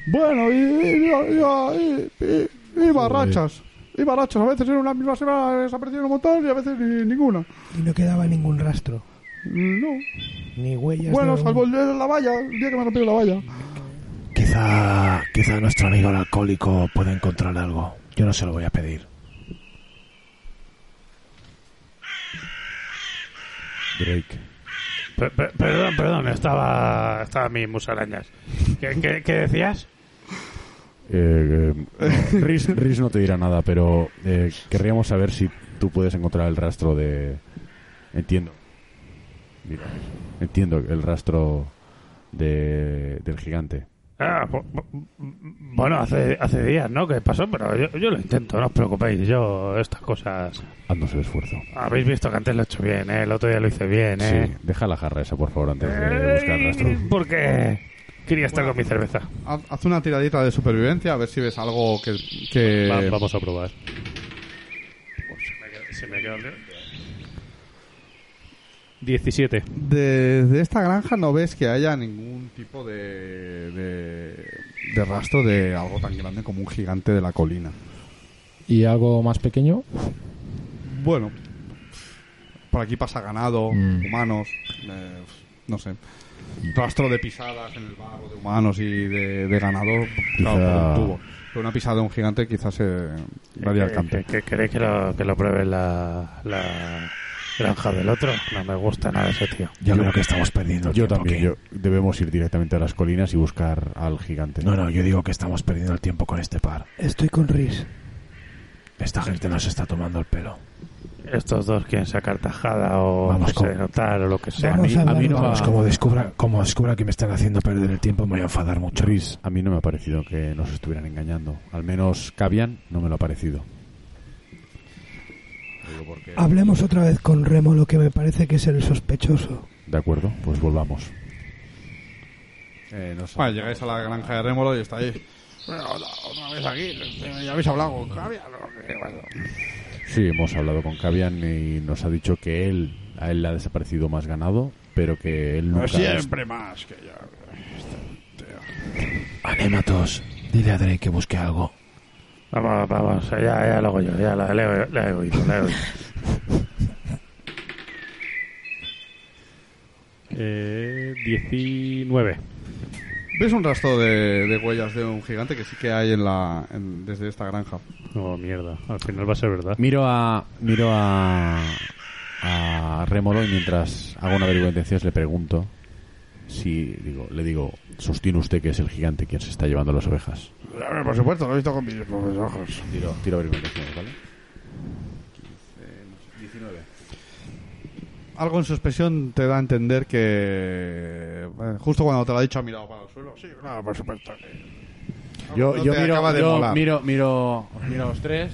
S2: Bueno, y, y- y- y- y- y- iba a rachas. Iba a rachas. A veces en una misma semana desaparecieron un montón y a veces ni- ninguna.
S10: Y no quedaba ningún rastro,
S2: No.
S10: ni huellas.
S2: Bueno,
S10: de
S2: salvo el de la valla, el día que me rompieron la valla.
S9: Quizá, quizá nuestro amigo el alcohólico pueda encontrar algo. Yo no se lo voy a pedir.
S8: Drake.
S5: Per- per- perdón, perdón, estaba, estaba mis musarañas. ¿Qué, qué, qué decías?
S8: Eh, eh, no, Riz, Riz no te dirá nada, pero eh, querríamos saber si tú puedes encontrar el rastro de... Entiendo. Mira, entiendo el rastro de, del gigante.
S5: Ah, bu- bu- bueno, hace, hace días, ¿no? Que pasó, pero yo, yo lo intento, no os preocupéis. Yo estas cosas...
S8: Haznos el esfuerzo.
S5: Habéis visto que antes lo he hecho bien, ¿eh? El otro día lo hice bien, ¿eh?
S8: Sí, deja la jarra esa, por favor, antes de buscar el rastro.
S5: Porque quería estar con mi cerveza.
S2: Haz haz una tiradita de supervivencia a ver si ves algo que. que-
S14: Va- vamos a probar.
S5: Pues Se me ha quedado
S14: 17.
S2: Desde esta granja no ves que haya ningún tipo de, de, de rastro de algo tan grande como un gigante de la colina.
S4: ¿Y algo más pequeño?
S2: Bueno, por aquí pasa ganado,
S4: Mm.
S2: humanos, eh, no sé. Rastro de pisadas en el barro de humanos y de, de ganado,
S8: Quizá-
S2: claro, por un tubo. Pero una pisada de un gigante quizás se daría al
S5: ¿Qué-
S2: cante.
S5: qué- ¿Queréis que lo, que lo pruebe la, la granja del otro? No me gusta nada ese tío.
S9: Yo, creo que estamos perdiendo el
S8: Yo
S9: tiempo
S8: también,
S9: aquí.
S8: yo, debemos ir directamente a las colinas y buscar al gigante.
S9: No, no, yo digo que estamos perdiendo el tiempo con este par.
S10: Estoy con Riz.
S9: Esta gente nos está tomando el pelo.
S12: Estos dos quieren sacar tajada o
S9: Vamos con-
S12: notar o lo que sea.
S9: Vamos,
S12: a mí no
S9: vamos,
S12: va-
S9: como descubra, como descubra que me están haciendo perder el tiempo, me voy a enfadar mucho.
S8: Luis, a mí no me ha parecido que nos estuvieran engañando. Al menos Cabian no me lo ha parecido.
S10: Hablemos otra vez con Remo, lo que me parece que es el sospechoso.
S8: De acuerdo, pues volvamos.
S2: Vale, llegáis a la granja de Rémolo y está ahí. Bueno, hola, otra vez aquí, ya habéis hablado con Javier.
S8: Sí, hemos hablado con Cabian y nos ha dicho que él, a él le ha desaparecido más ganado, pero que él nunca...
S2: Pero siempre más que ya.
S9: Anématos, dile a Drake que busque algo.
S12: Vamos, vamos, ya, ya lo hago yo, ya la, la, he- la he oído, la he oído.
S5: Eh, 19.
S2: ¿Ves un rastro de, de huellas de un gigante que sí que hay en la, en- desde esta granja?
S5: No, Oh, mierda. Al final va a ser verdad.
S8: Miro a miro a, a Rémolo y mientras hago una averiguación le pregunto si digo, le digo, sostiene usted que es el gigante quien se está llevando las ovejas.
S2: A ver, por supuesto, lo he visto con mis propios ojos.
S8: Tiro, tiro averiguaciones, ¿vale?
S2: 19. Algo en su expresión te da a entender que. bueno, justo cuando te lo ha dicho, ha mirado para el suelo. Sí, claro, por supuesto.
S8: Yo,
S2: No
S8: yo
S2: te
S8: miro,
S2: acaba de
S8: yo
S2: molar.
S8: miro, miro, os miro a los tres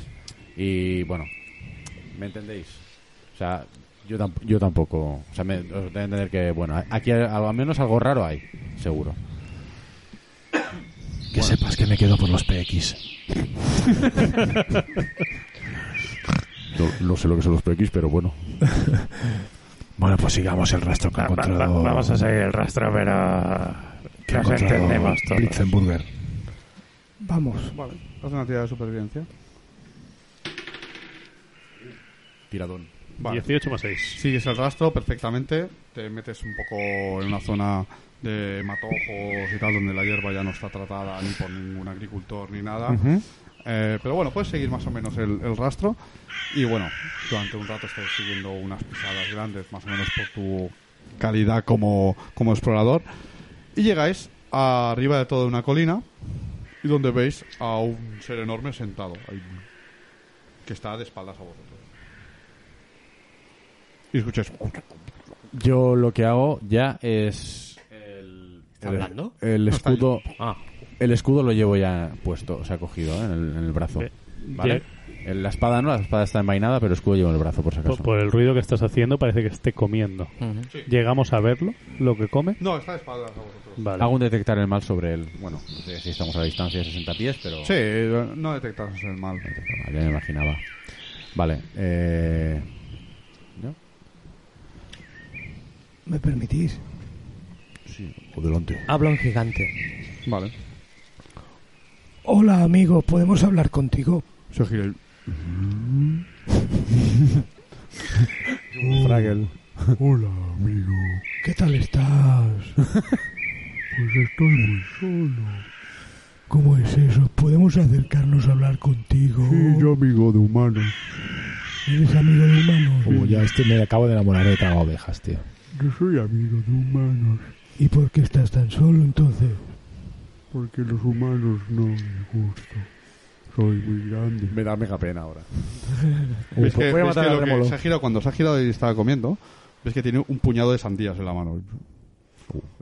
S8: y bueno, ¿me entendéis? O sea, yo, tamp- yo tampoco, o sea, me, os doy a entender que, bueno, aquí al, al menos algo raro hay, seguro.
S9: Que sepas que me quedo por los PX.
S8: No, no sé lo que son los PX, pero bueno.
S9: Bueno, pues sigamos el rastro que ha
S12: Ah, Va- va-
S9: encontrado.
S12: vamos a seguir el rastro, pero
S9: que ha
S12: nos
S9: encontrado
S12: entendemos todos.
S9: Blitzenburger.
S10: Vamos.
S2: Vale, haz una tirada de supervivencia.
S8: Tiradón.
S5: 18 más 6.
S2: Sigues el rastro perfectamente. Te metes un poco en una zona de matojos y tal, donde la hierba ya no está tratada ni por ningún agricultor ni nada.
S8: Ujú.
S2: Eh, pero bueno, puedes seguir más o menos el, el rastro. Y bueno, durante un rato estás siguiendo unas pisadas grandes, más o menos por tu calidad como, como explorador. Y llegáis a arriba de toda una colina y donde veis a un ser enorme sentado ahí, que está de espaldas a vosotros. Y escucháis.
S8: Yo lo que hago ya es el,
S6: ¿Está
S8: el-
S6: hablando?
S8: el
S6: No está
S8: escudo.
S6: Ah.
S8: El escudo lo llevo ya puesto, o sea, cogido ¿eh? en, el, en el brazo. ¿Vale? El- La espada no, la espada está envainada, pero el escudo llevo en el brazo por si acaso.
S5: Por, por el ruido que estás haciendo parece que esté comiendo.
S2: Sí.
S5: ¿Llegamos a verlo? ¿Lo que come?
S2: No, está de espaldas a vosotros.
S5: Vale.
S8: Hago un detectar el mal sobre él. Bueno, no sé si estamos a la distancia de 60 pies, pero.
S2: Sí, eh, no detectas el mal.
S8: Ah, Ya me imaginaba. Vale, eh. ¿ya?
S10: ¿Me permitís?
S8: Sí, adelante.
S6: Habla un gigante.
S2: Vale.
S10: Hola, amigo, ¿podemos hablar contigo?
S2: Se gira el...
S10: Fraggle.
S9: Hola, amigo.
S10: Mm. ¿Qué tal estás?
S9: Pues estoy muy solo.
S10: ¿Cómo es eso? ¿Podemos acercarnos a hablar contigo?
S9: Sí, yo amigo de humanos.
S10: ¿Eres amigo de humanos?
S9: Como
S10: Sí.
S9: ya
S13: Este me acabo de enamorar de trago ovejas, tío.
S9: Yo soy amigo de humanos.
S10: ¿Y por qué estás tan solo entonces?
S9: Porque los humanos no me gustan. Soy muy grande.
S8: Me da mega pena ahora.
S2: ¿Ves que,
S9: voy a pues
S2: ves
S9: matar
S2: que
S9: al
S2: lo que
S9: remolo.
S2: se ha girado cuando se ha girado y estaba comiendo? Ves que tiene un puñado de sandías en la mano.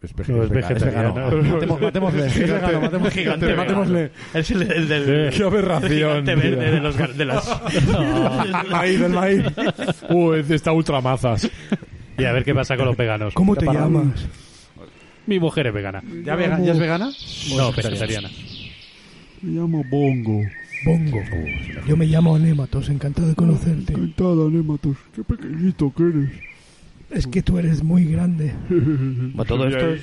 S8: Es,
S5: vege- No, es es vega- es vegetariano. vegano. Matemos- matémosle. Es vegano, matémosle.
S2: Gigante vegano.
S5: Matémosle.
S6: Es el, el del.
S13: Sí. Qué aberración,
S6: el gigante verde
S13: tío.
S6: de los. gar- De las...
S13: El maíz, el maíz. Uh, está ultra mazas.
S5: Y a ver qué pasa con los veganos.
S10: ¿Cómo te
S5: Para-
S10: llamas?
S5: Mi mujer es vegana.
S8: ¿Ya, vega- ya es vegana?
S5: No, vegetariana.
S9: Me llamo Bongo. Oh,
S10: Bongo. Yo me llamo Anématos, encantado de conocerte.
S9: Encantado, Anématos. Qué pequeñito que eres.
S10: Es que tú eres muy grande.
S6: todo esto es-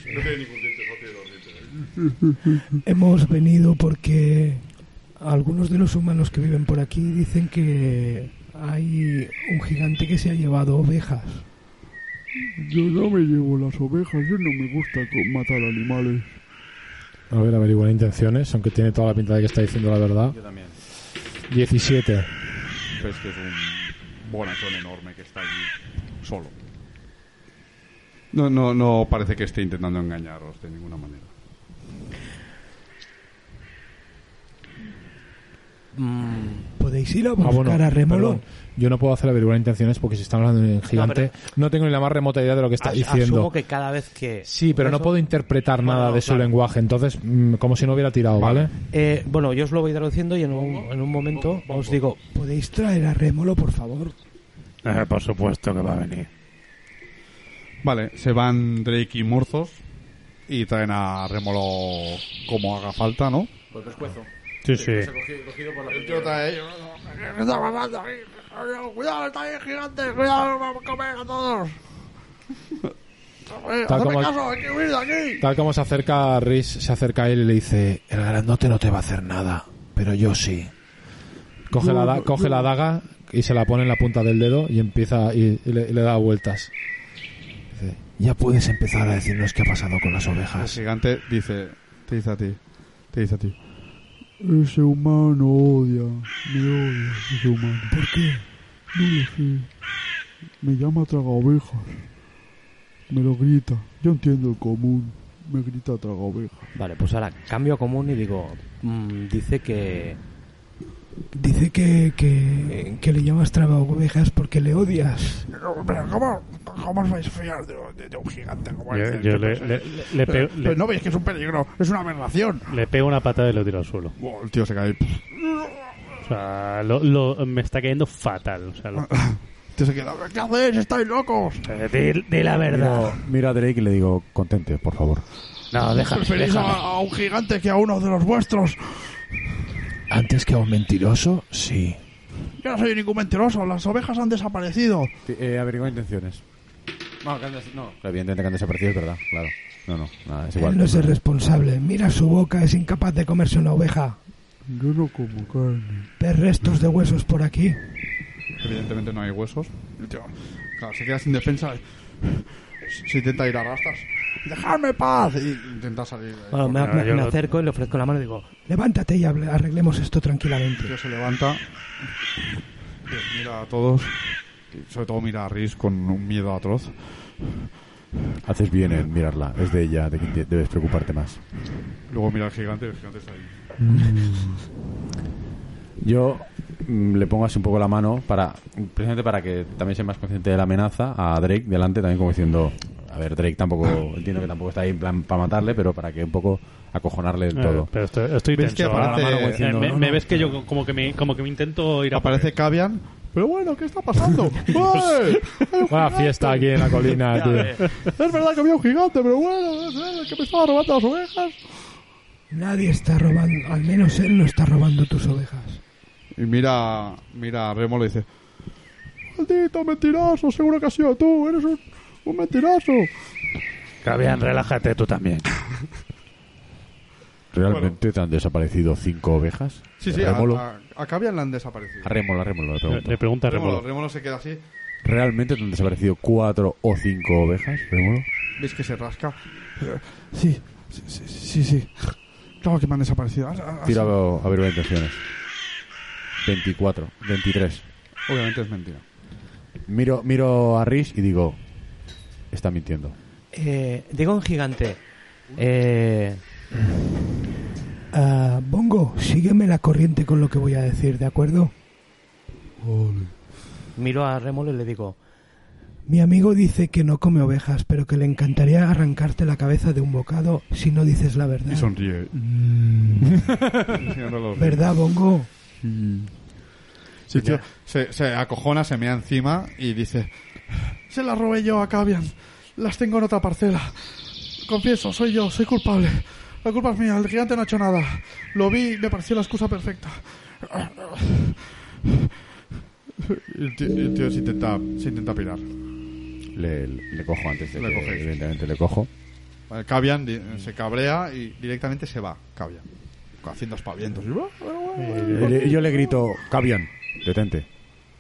S10: Hemos venido porque algunos de los humanos que viven por aquí dicen que hay un gigante que se ha llevado ovejas.
S9: Yo no me llevo las ovejas. Yo no me gusta co- matar animales.
S13: A ver, averiguar intenciones, aunque tiene toda la pinta de que está diciendo la verdad.
S2: Yo también.
S13: 17.
S2: Ves que es un bonachón enorme que está allí solo. No, no, no parece que esté intentando engañaros de ninguna manera.
S6: Mm,
S10: ¿Podéis si lo buscara Remolón.
S4: Ah, Yo no puedo hacer averiguar intenciones porque si está hablando en gigante,
S6: No,
S4: no tengo ni la más remota idea de lo que está
S6: As-
S4: diciendo.
S6: Asumo que cada vez que.
S4: Sí, pero no
S6: Eso-
S4: puedo interpretar nada de su lenguaje, entonces mm, como si no hubiera tirado, ¿vale?
S6: Eh, bueno, yo os lo voy traduciendo y en un, en un momento os digo.
S10: ¿Podéis traer a Remolo, por favor?
S5: Eh, por supuesto que va a venir.
S2: Vale, se van Drake y Murzos y traen a Remolo como haga falta, ¿no?
S1: Por el pescuezo.
S5: Sí, sí.
S1: Cogido, cogido por la
S9: Cuidado, está ahí gigante, cuidado, vamos a comer a todos.
S4: Tal
S9: Hazme
S4: como-
S9: caso, hay que huir de aquí.
S4: Tal como se acerca Rhys, se acerca a él y le dice,
S9: El grandote no te va a hacer nada, pero yo sí.
S4: coge, la,
S9: Yo-
S4: da-
S9: yo-
S4: coge la daga y se la pone en la punta del dedo y empieza y, y le, y le da vueltas.
S9: Ya puedes empezar a decirnos qué ha pasado con las ovejas.
S2: El gigante dice, te dice a ti, te dice a ti.
S14: Ese humano odia, me odia ese humano. ¿Por qué? No lo sé. Me llama traga ovejas. Me lo grita. Yo entiendo el común. Me grita traga ovejas.
S6: Vale, pues ahora cambio a común y digo. mm, dice que.
S10: Dice que, que, que le llamas trabaovejas porque le odias.
S9: Pero ¿cómo, cómo os vais a fiar de, de- de un gigante como
S5: Yo-
S9: este?
S5: yo le- le- le
S9: Pero-
S5: pego-
S9: pero
S5: le-
S9: no veis que es un peligro, es una aberración.
S5: Le pego una patada y lo tiro al suelo.
S2: el tío se cae.
S5: O sea, lo- lo- me está cayendo fatal. O sea, lo- Eh,
S9: ¿Qué hacéis? ¿Estáis locos?
S5: di- di la verdad.
S8: Miro- Miro a Drake y le digo, contente, por favor.
S9: No,
S8: déjame,
S9: Preferís a,
S8: déjame.
S9: a un gigante que a uno de los vuestros.
S8: Antes que a un mentiroso, sí.
S9: Yo no soy ningún mentiroso, las ovejas han desaparecido.
S8: Eh, averigua intenciones.
S7: No, Candace, no.
S8: Evidentemente que han desaparecido, es verdad, claro. No, no, nada, es
S10: Él
S8: igual.
S10: no es el responsable. Mira su boca, es incapaz de comerse una oveja.
S14: Yo no como carne.
S10: ¿Ves restos de huesos por aquí?
S2: Evidentemente no hay huesos. El tío, claro, se queda sin defensa. Se- Se intenta ir a rastas. ¡Dejadme paz! Y intenta salir. de ahí.
S6: Bueno, me,
S2: Porque-
S6: me- me acerco y le ofrezco la mano y digo.
S10: Levántate y hable- arreglemos esto tranquilamente.
S2: El tío se levanta. y Mira a todos. y Sobre todo mira a Riz con un miedo atroz.
S8: Haces bien en mirarla, es de ella, de quien te- debes preocuparte más.
S2: Luego mira al gigante y el gigante está ahí.
S8: Yo mm, le pongo así un poco la mano para precisamente para que también sea más consciente de la amenaza a Drake delante también como diciendo a ver Drake tampoco entiendo que tampoco está ahí en plan para matarle pero para que un poco acojonarle del
S5: Eh,
S8: todo
S5: pero estoy, estoy
S8: ¿Ves que
S5: tenso.
S8: aparece-
S5: Ahora, mano,
S8: diciendo,
S5: Eh, me,
S8: no,
S5: me
S8: no.
S5: ves que yo como que me, como que me intento ir a
S2: Aparece Cavian. Pero bueno, ¿qué está pasando? ¡Ué!
S4: Buena fiesta aquí en la colina, tío.
S2: Es verdad que había un gigante, pero bueno, es el que me estaba robando las ovejas.
S10: Nadie está robando, al menos él no está robando tus ovejas.
S2: Y mira, mira a Remo y le dice: Maldito mentiroso, seguro que has sido tú, eres un, un mentiroso.
S11: Cabian, relájate tú también.
S8: realmente te han desaparecido cinco ovejas
S2: Sí, sí, a,
S8: Rémolo
S2: a, a Cavian le han desaparecido.
S8: a Rémolo a Rémolo le pregunto
S5: pregunta
S2: Rémolo, Rémolo se queda así.
S8: realmente te han desaparecido cuatro o cinco ovejas Rémolo
S2: ¿Veis que se rasca?
S14: Sí, sí, sí, sí, sí. Claro que me han desaparecido. Ah, ah, ah,
S8: tira
S14: sí.
S8: a averiguar intenciones 24 23
S2: Obviamente es mentira.
S8: miro miro a Riz y digo está mintiendo
S6: Eh, digo un gigante. Eh,
S10: Ah, Bongo, sígueme la corriente con lo que voy a decir, ¿de acuerdo?
S6: miro a Remolo y le digo.
S10: Mi amigo dice que no come ovejas, pero que le encantaría arrancarte la cabeza de un bocado si no dices la verdad.
S2: Y sonríe.
S14: Mm.
S2: Enseñando los
S10: ¿Verdad, Bongo?
S2: Sí, tío, se, se acojona, se mea encima y dice:
S14: Se las robé yo a Cavian. Las tengo en otra parcela. Confieso, soy yo, soy culpable. La culpa es mía, el gigante no ha hecho nada. Lo vi y me pareció la excusa perfecta.
S2: El tío, el tío se, intenta, se intenta pirar.
S8: le, le cojo antes de
S2: Le
S8: que
S2: cogéis.
S8: evidentemente le cojo
S2: Vale, Cavian di- se cabrea y directamente se va. Cavian. Haciendo espavientos. Y, "Ah, bueno, bueno, bueno".
S8: Yo le- Eh, yo le grito, Cabian, detente,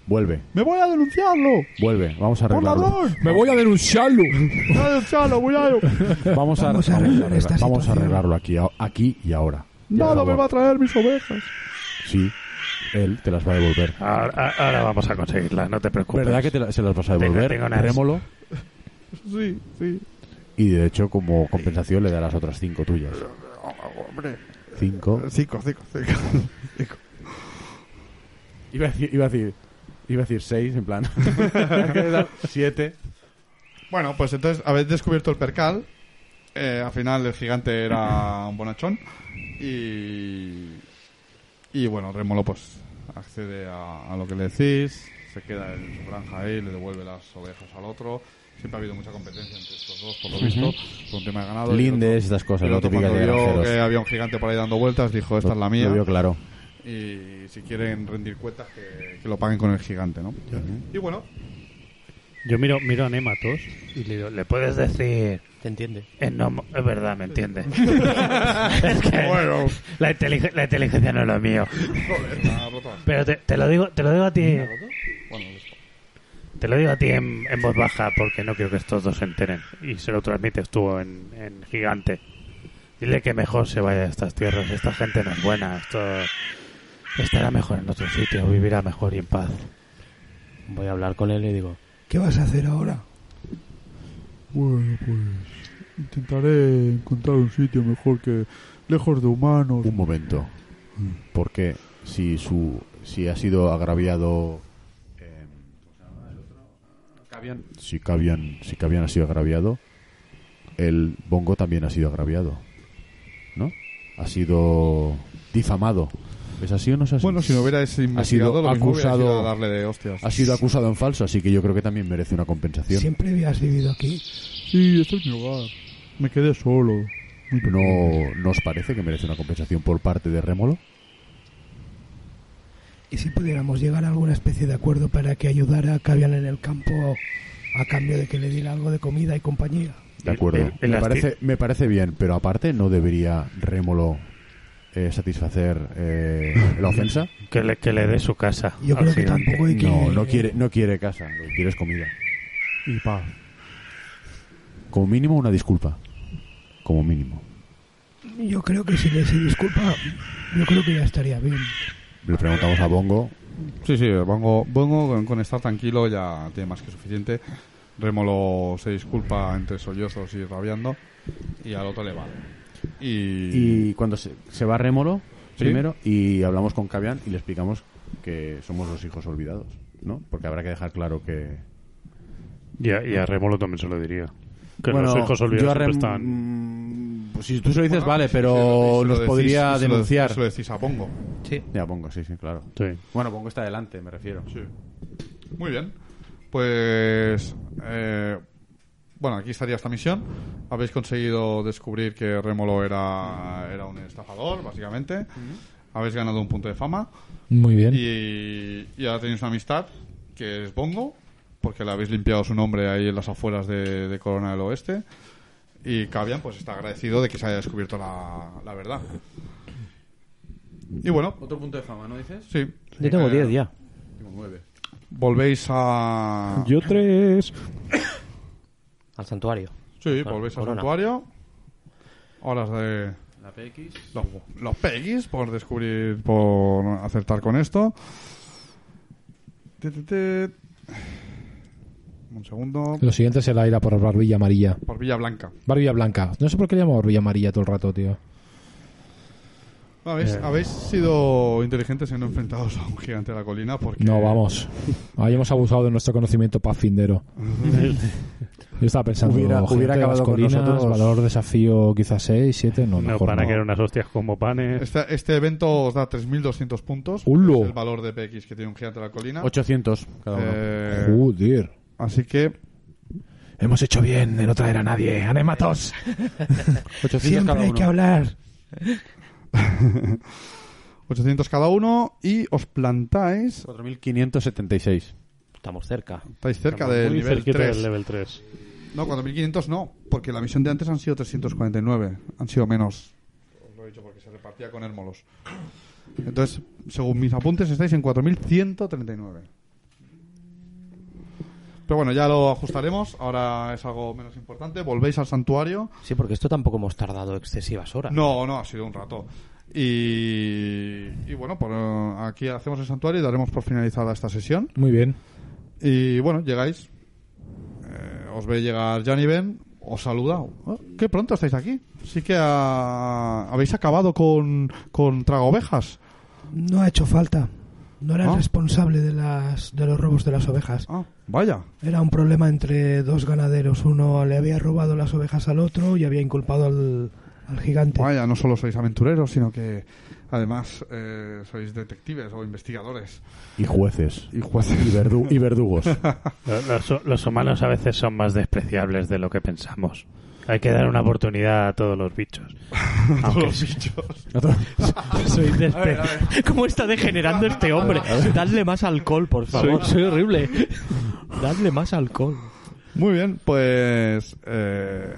S8: vuelve,
S14: ¡Me voy a denunciarlo!
S8: vuelve, vamos a
S14: ¡Por
S8: arreglarlo.
S14: ladrón!
S8: Me voy a denunciarlo.
S14: ¡Voy a denunciarlo, voy a...
S8: Vamos a,
S14: Vamos a
S8: vamos a
S14: arreglar esta
S8: arreglar- vamos a
S14: situación.
S8: arreglarlo aquí, a- aquí y ahora. Ya
S14: Nada
S8: acabó.
S14: me va a traer mis ovejas.
S8: Sí, él te las va a devolver.
S11: Ahora, a- ahora vamos a conseguirla, no te preocupes.
S8: ¿Verdad que te la- se las vas a
S11: Tengo-
S8: devolver?
S11: tengo unas-
S8: Rémolo.
S14: Sí, sí.
S8: Y de hecho, como compensación, le darás otras cinco tuyas.
S14: Hombre.
S8: Cinco.
S14: Cinco, cinco, cinco.
S8: Y Iba a decir, iba a decir, iba a decir seis, en plan. siete.
S2: Bueno, pues entonces habéis descubierto el percal. Eh, al final el gigante era un bonachón. Y. Y bueno, Remolo pues accede a, a lo que le decís. Se queda en su granja ahí, le devuelve las ovejas al otro. Siempre ha habido mucha competencia entre estos dos, por lo visto, por un tema de ganado.
S8: Lindes,
S2: Y el
S8: estas cosas,
S2: y el
S8: lo
S2: otro
S8: típico
S2: cuando
S8: de
S2: vio
S8: granjeros.
S2: que había un gigante por ahí dando vueltas, dijo, esta
S8: Lo-
S2: es la mía.
S8: lo vio claro.
S2: Y si quieren rendir cuentas, que, que lo paguen con el gigante, ¿no? Y bueno,
S5: Yo miro, miro a Nematos y le digo, ¿le puedes decir?
S6: Te entiende.
S5: Es, no- es verdad, me entiende. es que la, inteligen- la inteligencia no es lo mío. Pero te, te lo digo, te lo digo a ti. Te lo digo a ti en, en voz baja porque no quiero que estos dos se enteren. Y se lo transmites tú en, en gigante. Dile que mejor se vaya de estas tierras. Esta gente no es buena. Esto estará mejor en otro sitio. Vivirá mejor y en paz.
S6: Voy a hablar con él y digo,
S10: ¿Qué vas a hacer ahora?
S14: Bueno, pues intentaré encontrar un sitio mejor que lejos de humanos. Mm.
S8: Un momento. Porque si su si ha sido agraviado em, si Cavian si Cavian ha sido agraviado, el Bongo también ha sido agraviado. ¿No? Ha sido difamado. ¿Es así o no es así?
S2: Bueno, si no hubierais
S8: ha sido
S2: investigado, lo mismo hubierais
S8: acusado,
S2: ido a darle de hostias.
S8: Ha sido acusado en falso, así que yo creo que también merece una compensación.
S10: ¿Siempre habías vivido aquí?
S14: Sí, este es mi hogar. Me quedé solo.
S8: ¿No nos parece que merece una compensación por parte de Remolo?
S10: ¿Y si pudiéramos llegar a alguna especie de acuerdo para que ayudara a Cavian en el campo a cambio de que le diera algo de comida y compañía?
S8: De acuerdo.
S5: el- el
S8: me,
S5: asti-
S8: parece, me parece bien, pero aparte, ¿no debería Remolo eh, satisfacer eh, la ofensa?
S5: Que le, que le dé su casa.
S10: Yo
S5: al
S10: creo que
S5: gigante.
S10: tampoco hay que...
S8: No, no quiere, no quiere casa, lo que quiere es comida.
S14: Y paz.
S8: Como mínimo, una disculpa. Como mínimo.
S10: Yo creo que si le se disculpa, yo creo que ya estaría bien.
S8: Le preguntamos a Bongo.
S2: Sí, sí, Bongo, Bongo con, con estar tranquilo ya tiene más que suficiente. Remolo se disculpa entre sollozos y rabiando. Y al otro le vale. Y,
S8: Y cuando se, se va Remolo,
S2: Sí.
S8: primero, y hablamos con Cavian y le explicamos que somos los hijos olvidados, ¿no? Porque habrá que dejar claro que...
S5: Y a, y a Remolo también se lo diría. Que
S8: Bueno,
S5: los hijos
S8: yo a
S5: olvidados siempre
S8: Rem-
S5: están.
S8: mm, pues si tú se lo dices,
S2: Bueno,
S8: vale,
S2: sí,
S8: pero
S2: sí, lo- sí, lo
S8: nos
S2: decís,
S8: podría
S2: sí, se lo-
S8: denunciar.
S2: se lo decís a Bongo.
S6: Sí.
S8: Ya, Bongo, sí, sí, claro.
S5: Sí.
S8: Bueno, Bongo está adelante, me refiero.
S2: Muy bien. Pues. eh, bueno, aquí estaría esta misión. Habéis conseguido descubrir que Remolo era, era un estafador, básicamente. Habéis ganado un punto de fama.
S4: Muy bien.
S2: Y, y ahora tenéis una amistad que es Bongo, porque le habéis limpiado su nombre ahí en las afueras de, de Corona del Oeste. Y Cavian, pues está agradecido de que se haya descubierto la, la verdad. Y bueno,
S7: Otro punto de fama, ¿no dices?
S2: sí.
S6: yo tengo
S2: Eh,
S6: 10 ya.
S7: Tengo nueve.
S2: Volvéis a.
S4: Yo tres.
S6: Al santuario.
S2: Sí,
S4: Ah,
S6: Cor-
S2: volvéis al
S6: corona.
S2: santuario. Horas de.
S7: La PX.
S2: Los, los Peggy's por descubrir, por acertar con esto. Te, te, te. Un segundo.
S4: Lo siguiente será ir a por Barbilla Amarilla.
S2: Por Villa Blanca.
S4: Barbilla Blanca. No sé por qué le llamo Barbilla Amarilla todo el rato, tío. Eh.
S2: ¿Habéis, habéis sido inteligentes en no enfrentaros a un gigante de la colina porque.
S4: No, vamos. Ahí hemos abusado de nuestro conocimiento pafindero. Yo estaba pensando,
S8: Hubiera-
S4: gente
S8: hubiera
S4: de las
S8: acabado con
S4: colinas,
S8: nosotros.
S4: valor desafío quizás 6, 7, no,
S5: No,
S4: mejor
S5: para
S4: no.
S5: que eran unas hostias como panes.
S2: Este, este evento os da 3.200 puntos. que
S4: ¡Hulo!
S2: es el valor de PX que tiene un gigante de la colina.
S8: 800 cada uno.
S2: Eh,
S4: Joder.
S2: así que.
S9: Hemos hecho bien de no traer a nadie. ¡Anematos!
S8: 800
S10: Siempre
S8: cada
S10: hay
S8: uno.
S10: que hablar.
S2: 800 cada uno y os plantáis.
S5: Pues,
S8: 4576.
S6: Estamos cerca.
S2: Estáis cerca
S5: Muy
S2: del nivel
S5: cerquita
S2: 3.
S5: del level 3.
S2: No, 4500 no, porque la misión de antes han sido 349, han sido menos. Os lo he dicho porque se repartía con Hermolos. Entonces, según mis apuntes, estáis en 4139. Pero bueno, ya lo ajustaremos. Ahora es algo menos importante. Volvéis al santuario.
S6: Sí, porque esto tampoco hemos tardado excesivas horas.
S2: No, no, ha sido un rato. Y, y bueno, por, eh, aquí hacemos el santuario y daremos por finalizada esta sesión.
S4: Muy bien.
S2: Y bueno, llegáis. Eh, os ve llegar Janiben, os saluda. Oh, ¡Qué pronto estáis aquí! Sí que ah, habéis acabado con, con trago ovejas.
S10: No ha hecho falta. No era el
S2: Ah.
S10: responsable de, las, de los robos de las ovejas.
S2: Vaya.
S10: Era un problema entre dos ganaderos. Uno le había robado las ovejas al otro y había inculpado al, al gigante.
S2: Vaya, no solo sois aventureros, sino que además eh, sois detectives o investigadores.
S8: Y jueces.
S2: Y jueces.
S8: Y, verdu- y verdugos.
S5: Lo- Los, los humanos a veces son más despreciables de lo que pensamos. Hay que dar una oportunidad a todos los bichos. Aunque
S2: los
S5: sí.
S2: bichos.
S6: Soy despe-
S2: A ver, a ver.
S6: ¿Cómo está degenerando este hombre? Dadle más alcohol, por favor.
S2: Soy- soy
S6: horrible. Dadle más alcohol.
S2: Muy bien, pues. eh,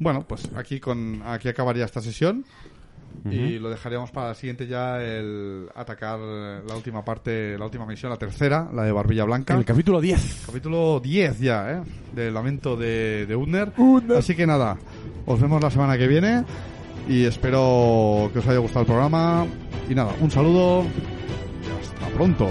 S2: bueno, pues aquí, con, aquí acabaría esta sesión. Y lo dejaríamos para la siguiente ya el atacar eh, la última parte, la última misión, la tercera, la de Barbilla Blanca.
S8: El capítulo 10.
S2: Capítulo 10 ya, ¿eh? Del lamento de, de Udner. Así que nada, os vemos la semana que viene y espero que os haya gustado el programa. Y nada, un saludo y hasta pronto.